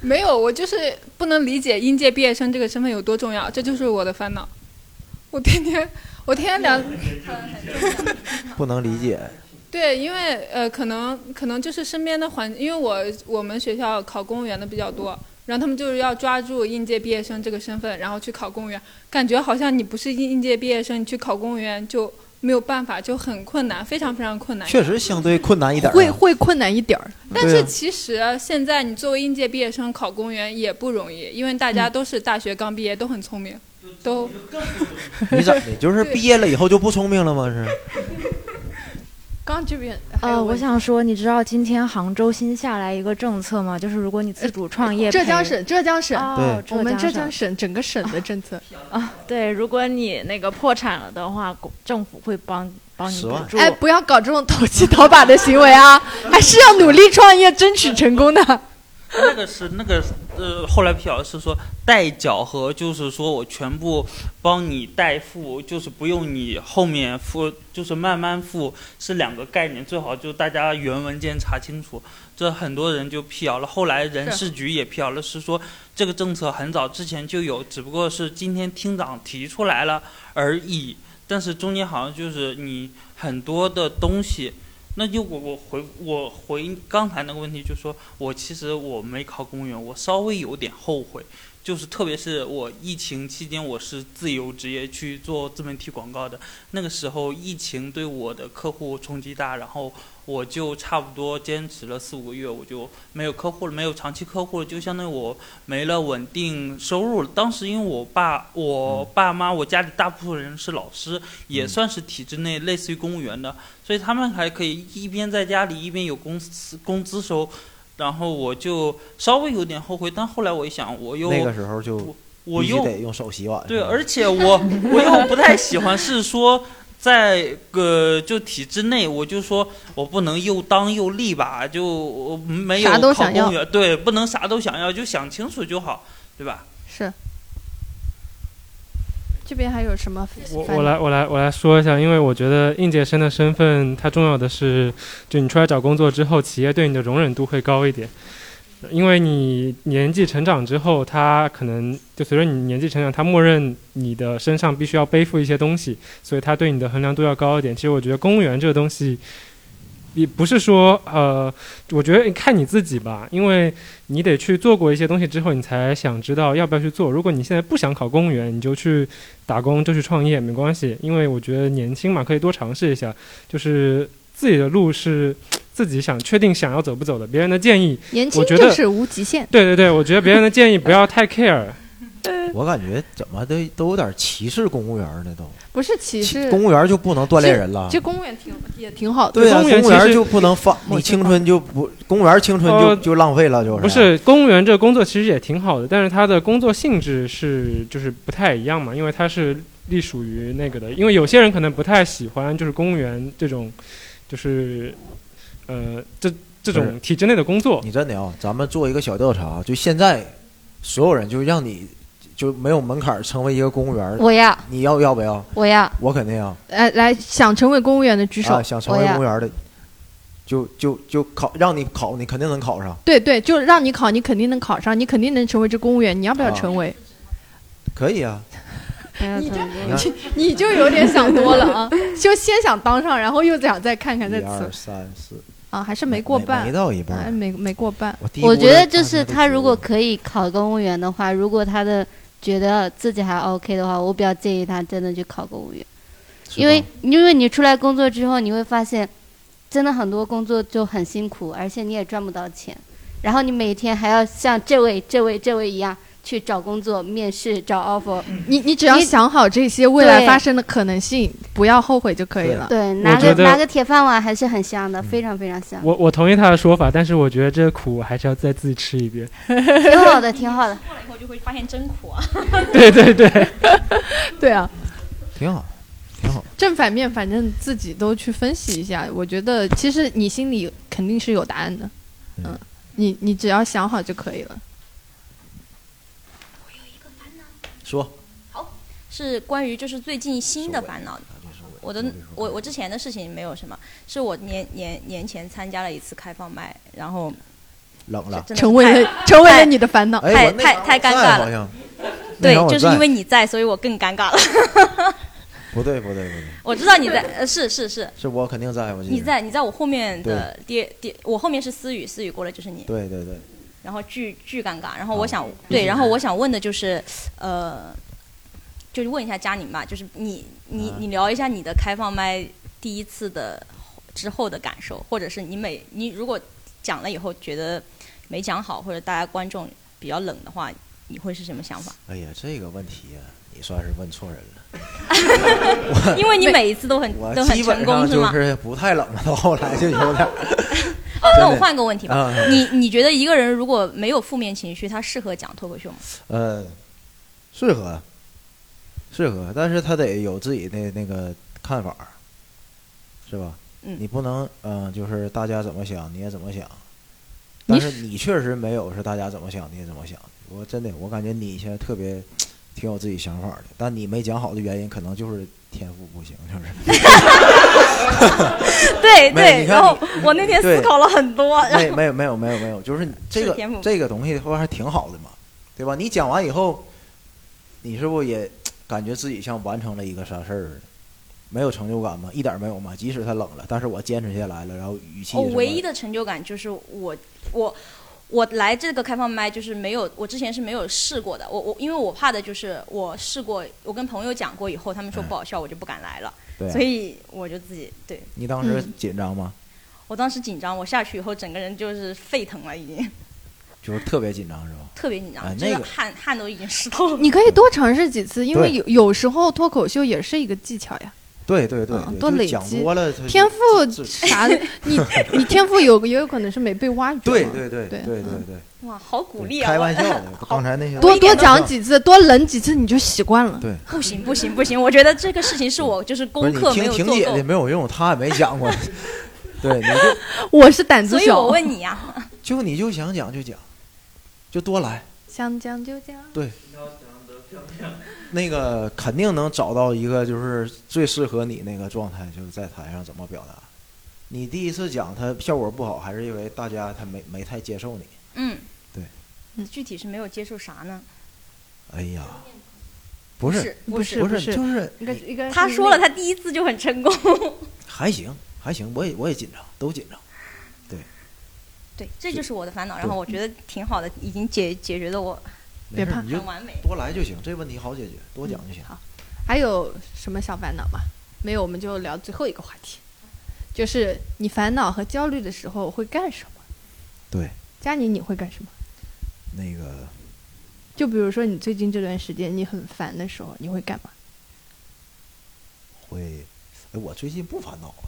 D: 没有，我就是不能理解应届毕业生这个身份有多重要，这就是我的烦恼。我天天，我天天两，
C: 不能理解。
D: 对，因为呃，可能可能就是身边的环，因为我我们学校考公务员的比较多，然后他们就是要抓住应届毕业生这个身份，然后去考公务员，感觉好像你不是应应届毕业生，你去考公务员就没有办法，就很困难，非常非常困难。
C: 确实相对困难一点儿啊。
B: 会会困难一点儿。
D: 但
C: 对
D: 是
C: 啊
D: 其实现在你作为应届毕业生考公务员也不容易，因为大
B: 嗯
D: 家都是大学刚毕业，都很聪明，都
C: 你 咋的？就是毕业了以后就不聪明了吗？是？
B: 刚这边
N: 呃，我想说，你知道今天杭州新下来一个政策吗？就是如果你自主创业培，
B: 浙江省，浙江省，
N: 哦
B: 我们浙
N: 江
B: 江省整个省的 政策，
N: 啊，对，如果你那个破产了的话，国政府会帮帮你
C: 嗯
B: 十
N: 补
B: 万
N: 助。
B: 哎，不要搞这种投机倒把的行为 啊，还是要努力创业，争取成功的。
G: 那个是那个呃，后来辟谣是说代缴和就是说我全部帮你代付，就是不用你后面付，就是慢慢付是两个概念，最好就大家原文件查清楚。这很多人就辟谣了，后来人事局也辟谣了，是说这个政策很早之前就有，只不过是今天厅长提出来了而已。但是中间好像就是你很多的东西，那就我我回我回刚才那个问题，就是说我其实我没考公务员，我稍微有点后悔，就是特别是我疫情期间我是自由职业去做自媒体广告的，那个时候疫情对我的客户冲击大，然后我就差不多坚持了四五个月，我就没有客户了，没有长期客户了，就相当于我没了稳定收入了。当时因为我爸、
C: 嗯
G: 我爸妈、我家里大部分人是老师，也算是体制内类似于公务员的，所以他们还可以一边在家里，一边有工资工资收。然后我就稍微有点后悔，但后来我一想，我又
C: 那个时候就
G: 我
C: 必须
G: 又
C: 得用手洗碗。
G: 对，而且我我又不太喜欢是说在呃就体制内，我就说我不能又当又立吧，就我没有
B: 啥都
G: 考
B: 想要
G: 公务员对，不能啥都想要，就想清楚就好，对吧？
B: 是。这边还有什么？
E: 我我来我来我来说一下，因为我觉得应届生的身份，它重要的是，就你出来找工作之后，企业对你的容忍度会高一点，因为你年纪成长之后，它可能就随着你年纪成长，它默认你的身上必须要背负一些东西，所以它对你的衡量度要高一点。其实我觉得公务员这个东西。也不是说，呃，我觉得看你自己吧，因为你得去做过一些东西之后，你才想知道要不要去做。如果你现在不想考公务员，你就去打工，就去创业，没关系，因为我觉得年轻嘛，可以多尝试一下，就是自己的路是自己想确定想要走不走的，别人的建议，
B: 年
E: 我
B: 轻
E: 觉得
B: 就是无极限。
E: 对对对，我觉得别人的建议不要太 care。
C: 我感觉怎么都都有点歧视公务员呢，都
B: 不是歧视
C: 公务员就不能锻炼人了
B: 其实公务员挺也挺好的。
C: 对啊，公务员
E: 其实
C: 就不能放，你青春就不，公务员青春就
E: 呃
C: 就浪费了，就是。
E: 不是公务员这个工作其实也挺好的，但是他的工作性质是就是不太一样嘛，因为他是隶属于那个的，因为有些人可能不太喜欢就是公务员这种，就是呃这这
C: 不是
E: 种体制内的工作。
C: 你真的啊，咱们做一个小调查，就现在所有人就让你就没有门槛儿成为一个公务员，
B: 我要
C: 你要要不要？
B: 我要
C: 我肯定要。
B: 来来，想成为公务员的举手。
C: 啊，想成为
B: 我要
C: 公务员的，就就就考，让你考，你肯定能考上，
B: 对对，就让你考，你肯定能考上，你肯定能成为这公务员。你要不要
C: 啊
B: 成为？
C: 可以啊。
B: 你这
C: 你看
B: 你你 就有点想多了啊！ 就先想当上，然后又想再看看再
C: 一
B: 辞
C: 二三四，
B: 啊，还是没过半，
C: 没没到一半
B: 哎没没过半。
C: 我第一
H: 我
C: 步
H: 觉得
C: 按
H: 就
C: 照
H: 是
C: 这
H: 他
C: 个
H: 如果可以考公务员的话，如果他的觉得自己还 OK 的话，我比较建议他真的去考公务员，因为因为你出来工作之后，你会发现真的很多工作就很辛苦，而且你也赚不到钱，然后你每天还要像这位、这位、这位一样去找工作、面试、找 offer，
B: 你你只要想好这些未来发生的可能性，不要后悔就可以了。
H: 对，
E: 我
H: 拿
E: 觉
H: 个
E: 得
H: 拿个铁饭碗还是很香的，非常非常香，
E: 我我同意他的说法，但是我觉得这个苦我还是要再自己吃一遍。
H: 挺好的，挺 好的。
K: 过了以后就会发现真苦啊。
E: 对对对，
B: 对啊，
C: 挺好。
B: 正反面反正自己都去分析一下。我觉得其实你心里肯定是有答案的，嗯，你你只要想好就可以了。
C: 说
K: 是关于就是最近新的烦恼。我
C: 啊
K: 的我我之前的事情没有什么，是我年年年前参加了一次开放麦，然后
C: 冷了，
K: 真的是
B: 成为了
K: 太
B: 成为了你的烦恼，
C: 哎
K: 太太太尴尬
C: 好像
K: 了。
C: 那
K: 对
C: 场，我
K: 就是
C: 在
K: 因为你在，所以我更尴尬了。
C: 不对不对不对，
K: 我知道你在，呃，是是是，
C: 是我肯定在，我记得
K: 你在你在我后面的爹爹，我后面是思雨，思雨过来就是你，
C: 对对对，
K: 然后巨巨尴尬。然后我想、对，然后我想问的就是，呃，就是问一下佳宁吧，就是你你、
C: 啊
K: 你聊一下你的开放麦第一次的之后的感受，或者是你每你如果讲了以后觉得没讲好，或者大家观众比较冷的话，你会是什么想法？
C: 哎呀，这个问题呀、你算是问错人了。
K: 因为你每一次都很
C: 我
K: 都很
C: 基本
K: 成功
C: 上
K: 是
C: 就
K: 吗？
C: 是不太冷了，到后来就有点儿。
K: 哦，那我
C: 真的
K: 换个问题吧。
C: 啊
K: 你你觉得一个人如果没有负面情绪，他适合讲脱口秀吗？
C: 呃，适合，适合，但是他得有自己的那个看法儿，是吧？
K: 嗯
C: 你不能，嗯、就是大家怎么想你也怎么想，但是你确实没有是大家怎么想你也怎么想。我真的，我感觉你现在特别挺有自己想法儿的，但你没讲好的原因可能就是天赋不行，就是
K: 对
C: 没有
K: 对，
C: 你看
K: 然后
C: 你
K: 我那天思
C: 对
K: 考了很多，然
C: 没
K: 后
C: 没有没有没有没有，就是你这
K: 哦是
C: 个
K: 天赋
C: 这个东西的话还挺好的嘛，对吧？你讲完以后，你是不是也感觉自己像完成了一个啥事儿似的？没有成就感吗？一点儿没有吗？即使它冷了，但是我坚持下来了，然后语气
K: 我
C: 什么
K: 哦唯一的成就感就是我我我来这个开放麦就是没有，我之前是没有试过的。我我因为我怕的就是我试过，我跟朋友讲过以后，他们说不好笑，我就不敢来了。
C: 对啊
K: 所以我就自己对。
C: 你当时
K: 嗯
C: 紧张吗？
K: 我当时紧张，我下去以后整个人就是沸腾了，已经
C: 就是特别紧张是吧？
K: 特别紧
C: 啊
K: 张，
C: 那
K: 真的
C: 个
K: 汗汗都已经湿透了。
B: 你可以多尝试几次，因为
C: 对
B: 有有时候脱口秀也是一个技巧呀。
C: 对对对，
B: 啊
C: 对
B: 多
C: 就
B: 累
C: 讲
B: 积
C: 多了他就
B: 天
C: 这
B: 赋 啥的，你你天赋有也有可能是没被挖掘嘛。
C: 对对对
B: 对
C: 对对
B: 嗯
C: 对，
K: 哇，好鼓励啊！
C: 开玩
K: 我
C: 笑的，刚才那些
B: 多多讲几次，多冷几次，你就习惯了。
C: 对，
K: 不行不行不行，我觉得这个事情是我就是
C: 不是你
K: 功课没
C: 听
K: 有
C: 婷
K: 做
C: 姐的
K: 够，
C: 没有用，她也没讲过。对，你就
B: 我是胆
K: 所以我问你啊呀、
C: 就你就想讲就讲，就多来。
B: 想讲就讲。
C: 对，那个肯定能找到一个就是最适合你那个状态，就是在台上怎么表达。你第一次讲它效果不好，还是因为大家他没没太接受你。
K: 嗯，
C: 对，
K: 具体是没有接受啥呢？
C: 哎呀，不是
K: 不是
C: 不
K: 不
C: 是，就是
B: 一个一个
K: 他说了，他第一次就很成功。
C: 还行还行，我也我也紧张，都紧张。对，
K: 对，这就是我的烦恼。然
C: 对
K: 后我觉得挺好的，已经解解决的我
C: 没事，你就
K: 很完美。嗯
C: 多来就行，这问题好解决，多讲就行。
B: 还有什么小烦恼吗？没有，我们就聊最后一个话题，就是你烦恼和焦虑的时候会干什么？
C: 对，
B: 佳宁，你会干什么？
C: 那个
B: 就比如说你最近这段时间你很烦的时候，你会干嘛？
C: 会，哎，我最近不烦恼啊，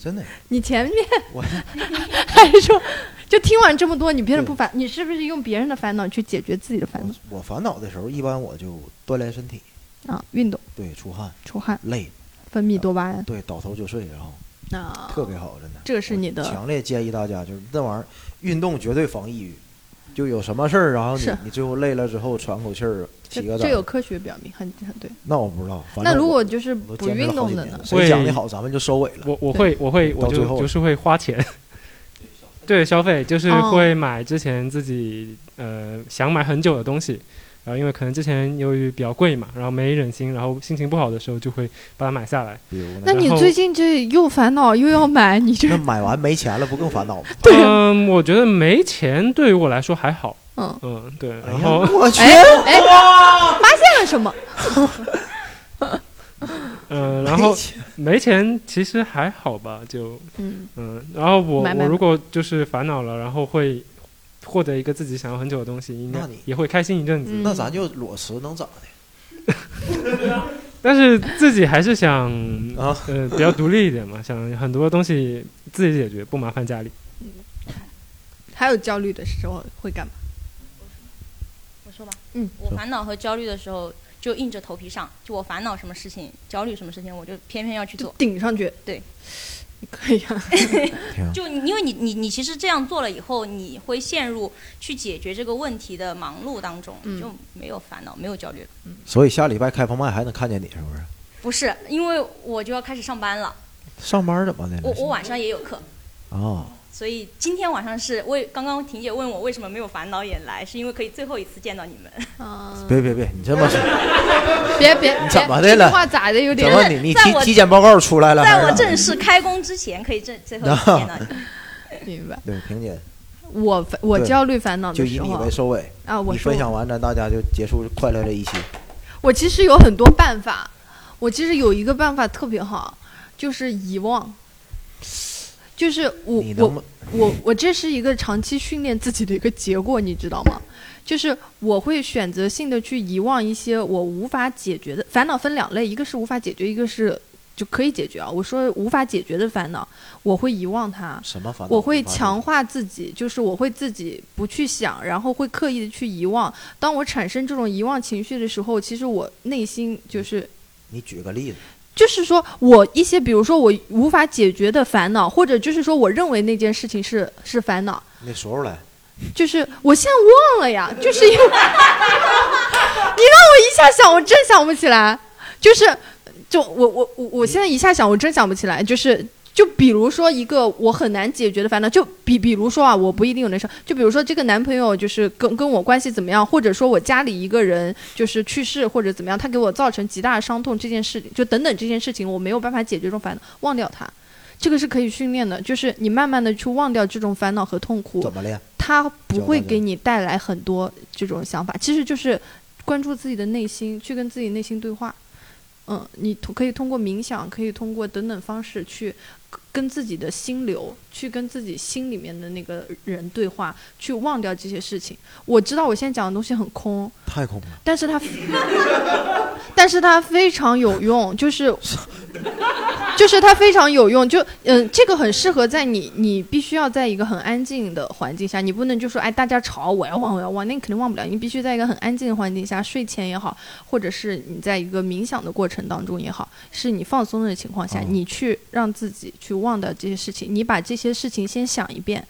C: 真的。
B: 你前面
C: 我
B: 还说，就听完这么多，你别人不烦，你是不是用别人的烦恼去解决自己的烦恼
C: 我烦恼的时候，一般我就锻炼身体，
B: 啊？运动、
C: 对，出汗，
B: 出汗、
C: 累，
B: 分泌多巴胺，
C: 对，倒头就睡，然后
B: 那
C: 特别好，真的。
B: 这哦是你的
C: 强烈建议大家，就是那玩意儿，运动绝对防抑郁。就有什么事儿，然后你
B: 是
C: 你最后累了之后喘口气儿，洗个
B: 这
C: 澡
B: 这。有科学表明，很很对。
C: 那我不知道，反
B: 那
C: 正
B: 如
C: 我
B: 果就是
C: 我
B: 不
C: 坚持
B: 运
C: 了好
B: 动
C: 几
B: 的
C: 年
B: 呢
C: 了？谁
E: 会
C: 讲的好，咱们就收尾了。
E: 我我会我会我
C: 到最
E: 就
C: 后
E: 就是会花 钱，对消费就是会买之前自己呃想买很久的东西，然后因为可能之前由于比较贵嘛，然后没忍心，然后心情不好的时候就会把它买下来。
C: 比如
B: 那你最近这又烦恼又要买，你这
C: 那买完没钱了，不更烦恼 吗？
E: 嗯，我觉得没钱对于我来说还好。
B: 嗯
E: 嗯，对。然后
C: 我去
B: 哎哎，发现了什么？
E: 嗯，然后没钱其实还好吧，就
B: 嗯
E: 然后我
B: 买买
E: 我如果就是烦恼了，然后会获得一个自己想要很久的东西，应该
C: 那你
E: 也会开心一阵
B: 嗯
E: 子。
C: 那咱就裸辞能咋的？
E: 但是自己还是想
C: 啊，
E: 呃，比较独立一点嘛，想很多东西自己解决，不麻烦家里。
B: 还有焦虑的时候会干嘛？
K: 我说吧，
B: 嗯
K: 我烦恼和焦虑的时候就硬着头皮上，就我烦恼什么事情，焦虑什么事情，我就偏偏要去做。
B: 顶上去。
K: 对，
B: 可以 啊。
K: 就你因为你你你其实这样做了以后，你会陷入去解决这个问题的忙碌当中，
B: 嗯
K: 就没有烦恼，没有焦虑了。
C: 所以下礼拜开放麦还能看见你，是不是？
K: 不是，因为我就要开始上班了，
C: 上班怎么的
K: 我
C: 了？
K: 我晚上也有课，
C: 啊，
K: 所以今天晚上是为刚刚婷姐问我为什么没有烦恼也来，是因为可以最后一次见到你们。
C: 别别别，你这么说，
B: 别别，
C: 你怎么
B: 别
C: 的了
B: 这句话咋的？有
C: 怎
B: 点
C: 么你你
K: 在
C: 体
K: 我
C: 体检报告出来了？
K: 在
C: 还
K: 我
C: 是
K: 正式开工之前，可以正最后一次见到你 们。
B: 明白。
C: 对婷姐，
B: 我烦我
C: 对
B: 焦虑烦恼
C: 就
B: 的
C: 以
B: 时
C: 你
B: 候
C: 为收尾
B: 啊，我
C: 你
B: 说
C: 分享完，咱大家就结束快乐的一期。
B: 我其实有很多办法，我其实有一个办法特别好，就是遗忘。就是我
C: 你能
B: 我
C: 吗
B: 我我这是一个长期训练自己的一个结果，你知道吗？就是我会选择性的去遗忘一些我无法解决的烦恼，分两类，一个是无法解决，一个是就可以解决啊。我说无法解决的烦恼，我会遗忘它。
C: 什么烦恼？
B: 我会强化自己，就是我会自己不去想，然后会刻意的去遗忘。当我产生这种遗忘情绪的时候，其实我内心就是。
C: 你举个例子，
B: 就是说我一些，比如说我无法解决的烦恼，或者就是说我认为那件事情是是烦恼，
C: 你说出来。
B: 就是我现在忘了呀，就是因为你让 我一下想，我真想不起来。就是，就我我我我现在一下想，我真想不起来。就是，就比如说一个我很难解决的烦恼，就比比如说啊，我不一定有那事儿，就比如说这个男朋友就是跟跟我关系怎么样，或者说我家里一个人就是去世或者怎么样，他给我造成极大的伤痛这件事，就等等这件事情，我没有办法解决这种烦恼，忘掉它。这个是可以训练的，就是你慢慢的去忘掉这种烦恼和痛苦。
C: 怎么练？
B: 它不会给你带来很多这种想法，其实就是关注自己的内心，去跟自己内心对话。嗯，你通可以通过冥想，可以通过等等方式去跟自己的心流，去跟自己心里面的那个人对话，去忘掉这些事情。我知道我现在讲的东西很空，
C: 太空了。
B: 但是它， 但是它非常有用，就是，就是它非常有用，就嗯，这个很适合在你你必须要在一个很安静的环境下，你不能就说哎大家吵我要忘我要忘，那你肯定忘不了，你必须在一个很安静的环境下，睡前也好，或者是你在一个冥想的过程当中也好，是你放松的情况下，你去让自己去忘掉这些事情，你把这些事情先想一遍，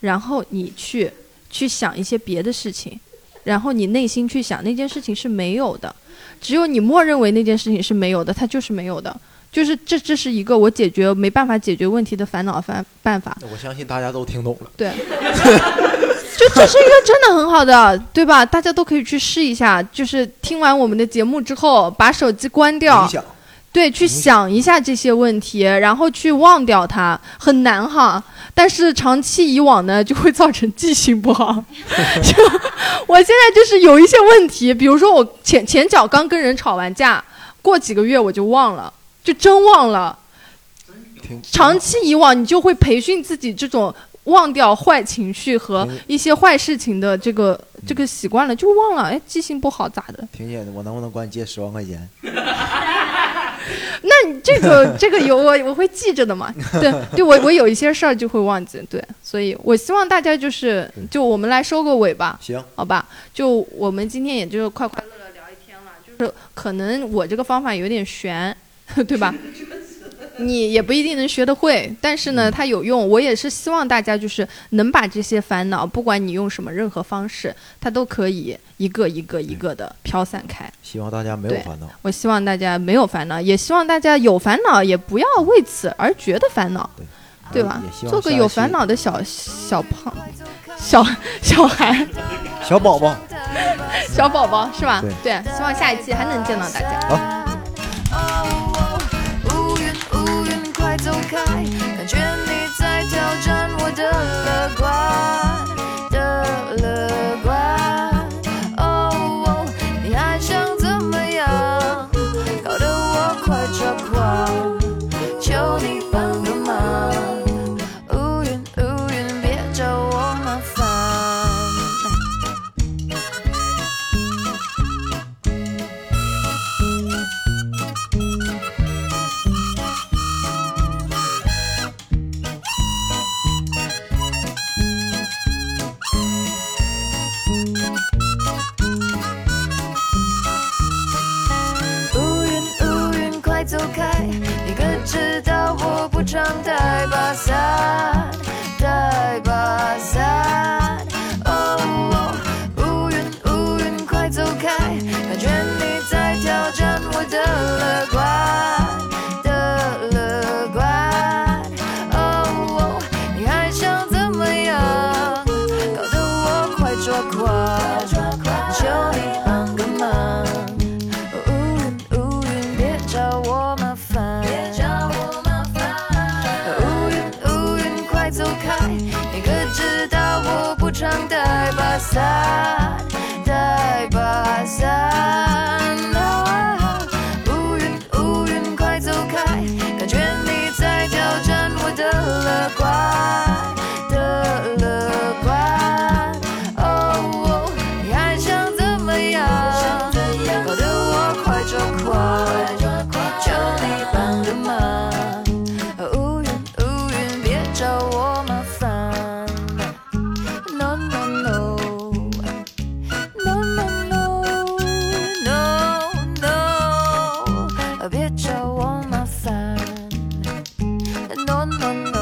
B: 然后你去去想一些别的事情，然后你内心去想那件事情是没有的，只有你默认为那件事情是没有的，它就是没有的，就是这这是一个我解决没办法解决问题的烦恼方办法。
C: 我相信大家都听懂了。
B: 对， 就这是一个真的很好的，对吧？大家都可以去试一下，就是听完我们的节目之后，把手机关掉
C: 冥想，
B: 对，去想一下这些问题，然后去忘掉它，很难哈。但是长期以往呢，就会造成记性不 好。就我现在就是有一些问题，比如说我前前脚刚跟人吵完架，过几个月我就忘了，就真忘了。长期以往，你就会培训自己这种忘掉坏情绪和一些坏事情的这个这个习惯了，就忘了。哎，记性不好咋的？
C: 婷姐，我能不能管你借十万块钱？
B: 那你这个这个有我我会记着的嘛？对对，我我有一些事儿就会忘记，对，所以我希望大家就是就我们来收个尾吧，
C: 行
B: 好吧？就我们今天也就快快乐乐聊一天了，就是可能我这个方法有点悬， 对吧？你也不一定能学得会，但是呢，它有用。我也是希望大家就是能把这些烦恼，不管你用什么任何方式，它都可以一个一个一个的飘散开。
C: 希望大家没有
B: 对
C: 烦恼。
B: 我希望大家没有烦恼，也希望大家有烦恼也不要为此而觉得烦恼，对
C: 啊
B: 吧
C: 也希？望
B: 做个
C: 下一
B: 有
C: 期
B: 烦恼的小小胖小小孩
C: 小宝宝，
B: 小宝宝是吧
C: 对？
B: 对，希望下一期还能见到大家。
O: 乌云，乌云，快走开！感觉你在挑战我的乐观的乐观。哦，哦你还想怎么样？搞得我快抓狂，求你帮个忙。乌云，乌云，别找我麻烦。乌云，乌云，快走开！你可知道我不常带把伞，带把伞。哦，乌云，乌云，快走开！感觉你在挑战我的乐观的乐观。哦，你还想怎么样？搞得我快抓狂，求你帮个忙。哦乌云乌云，别找我麻烦，别找我麻烦。乌云乌云，快走开！你可知道我不常带把伞，带把伞。哦乌云乌云，快走开！感觉你在挑战我的乐观的乐观。哦，你还想怎么样？搞得我快抓狂，求你帮个忙。乌云乌云，别找我麻烦。No no no no no no no no，别找我麻烦。No no no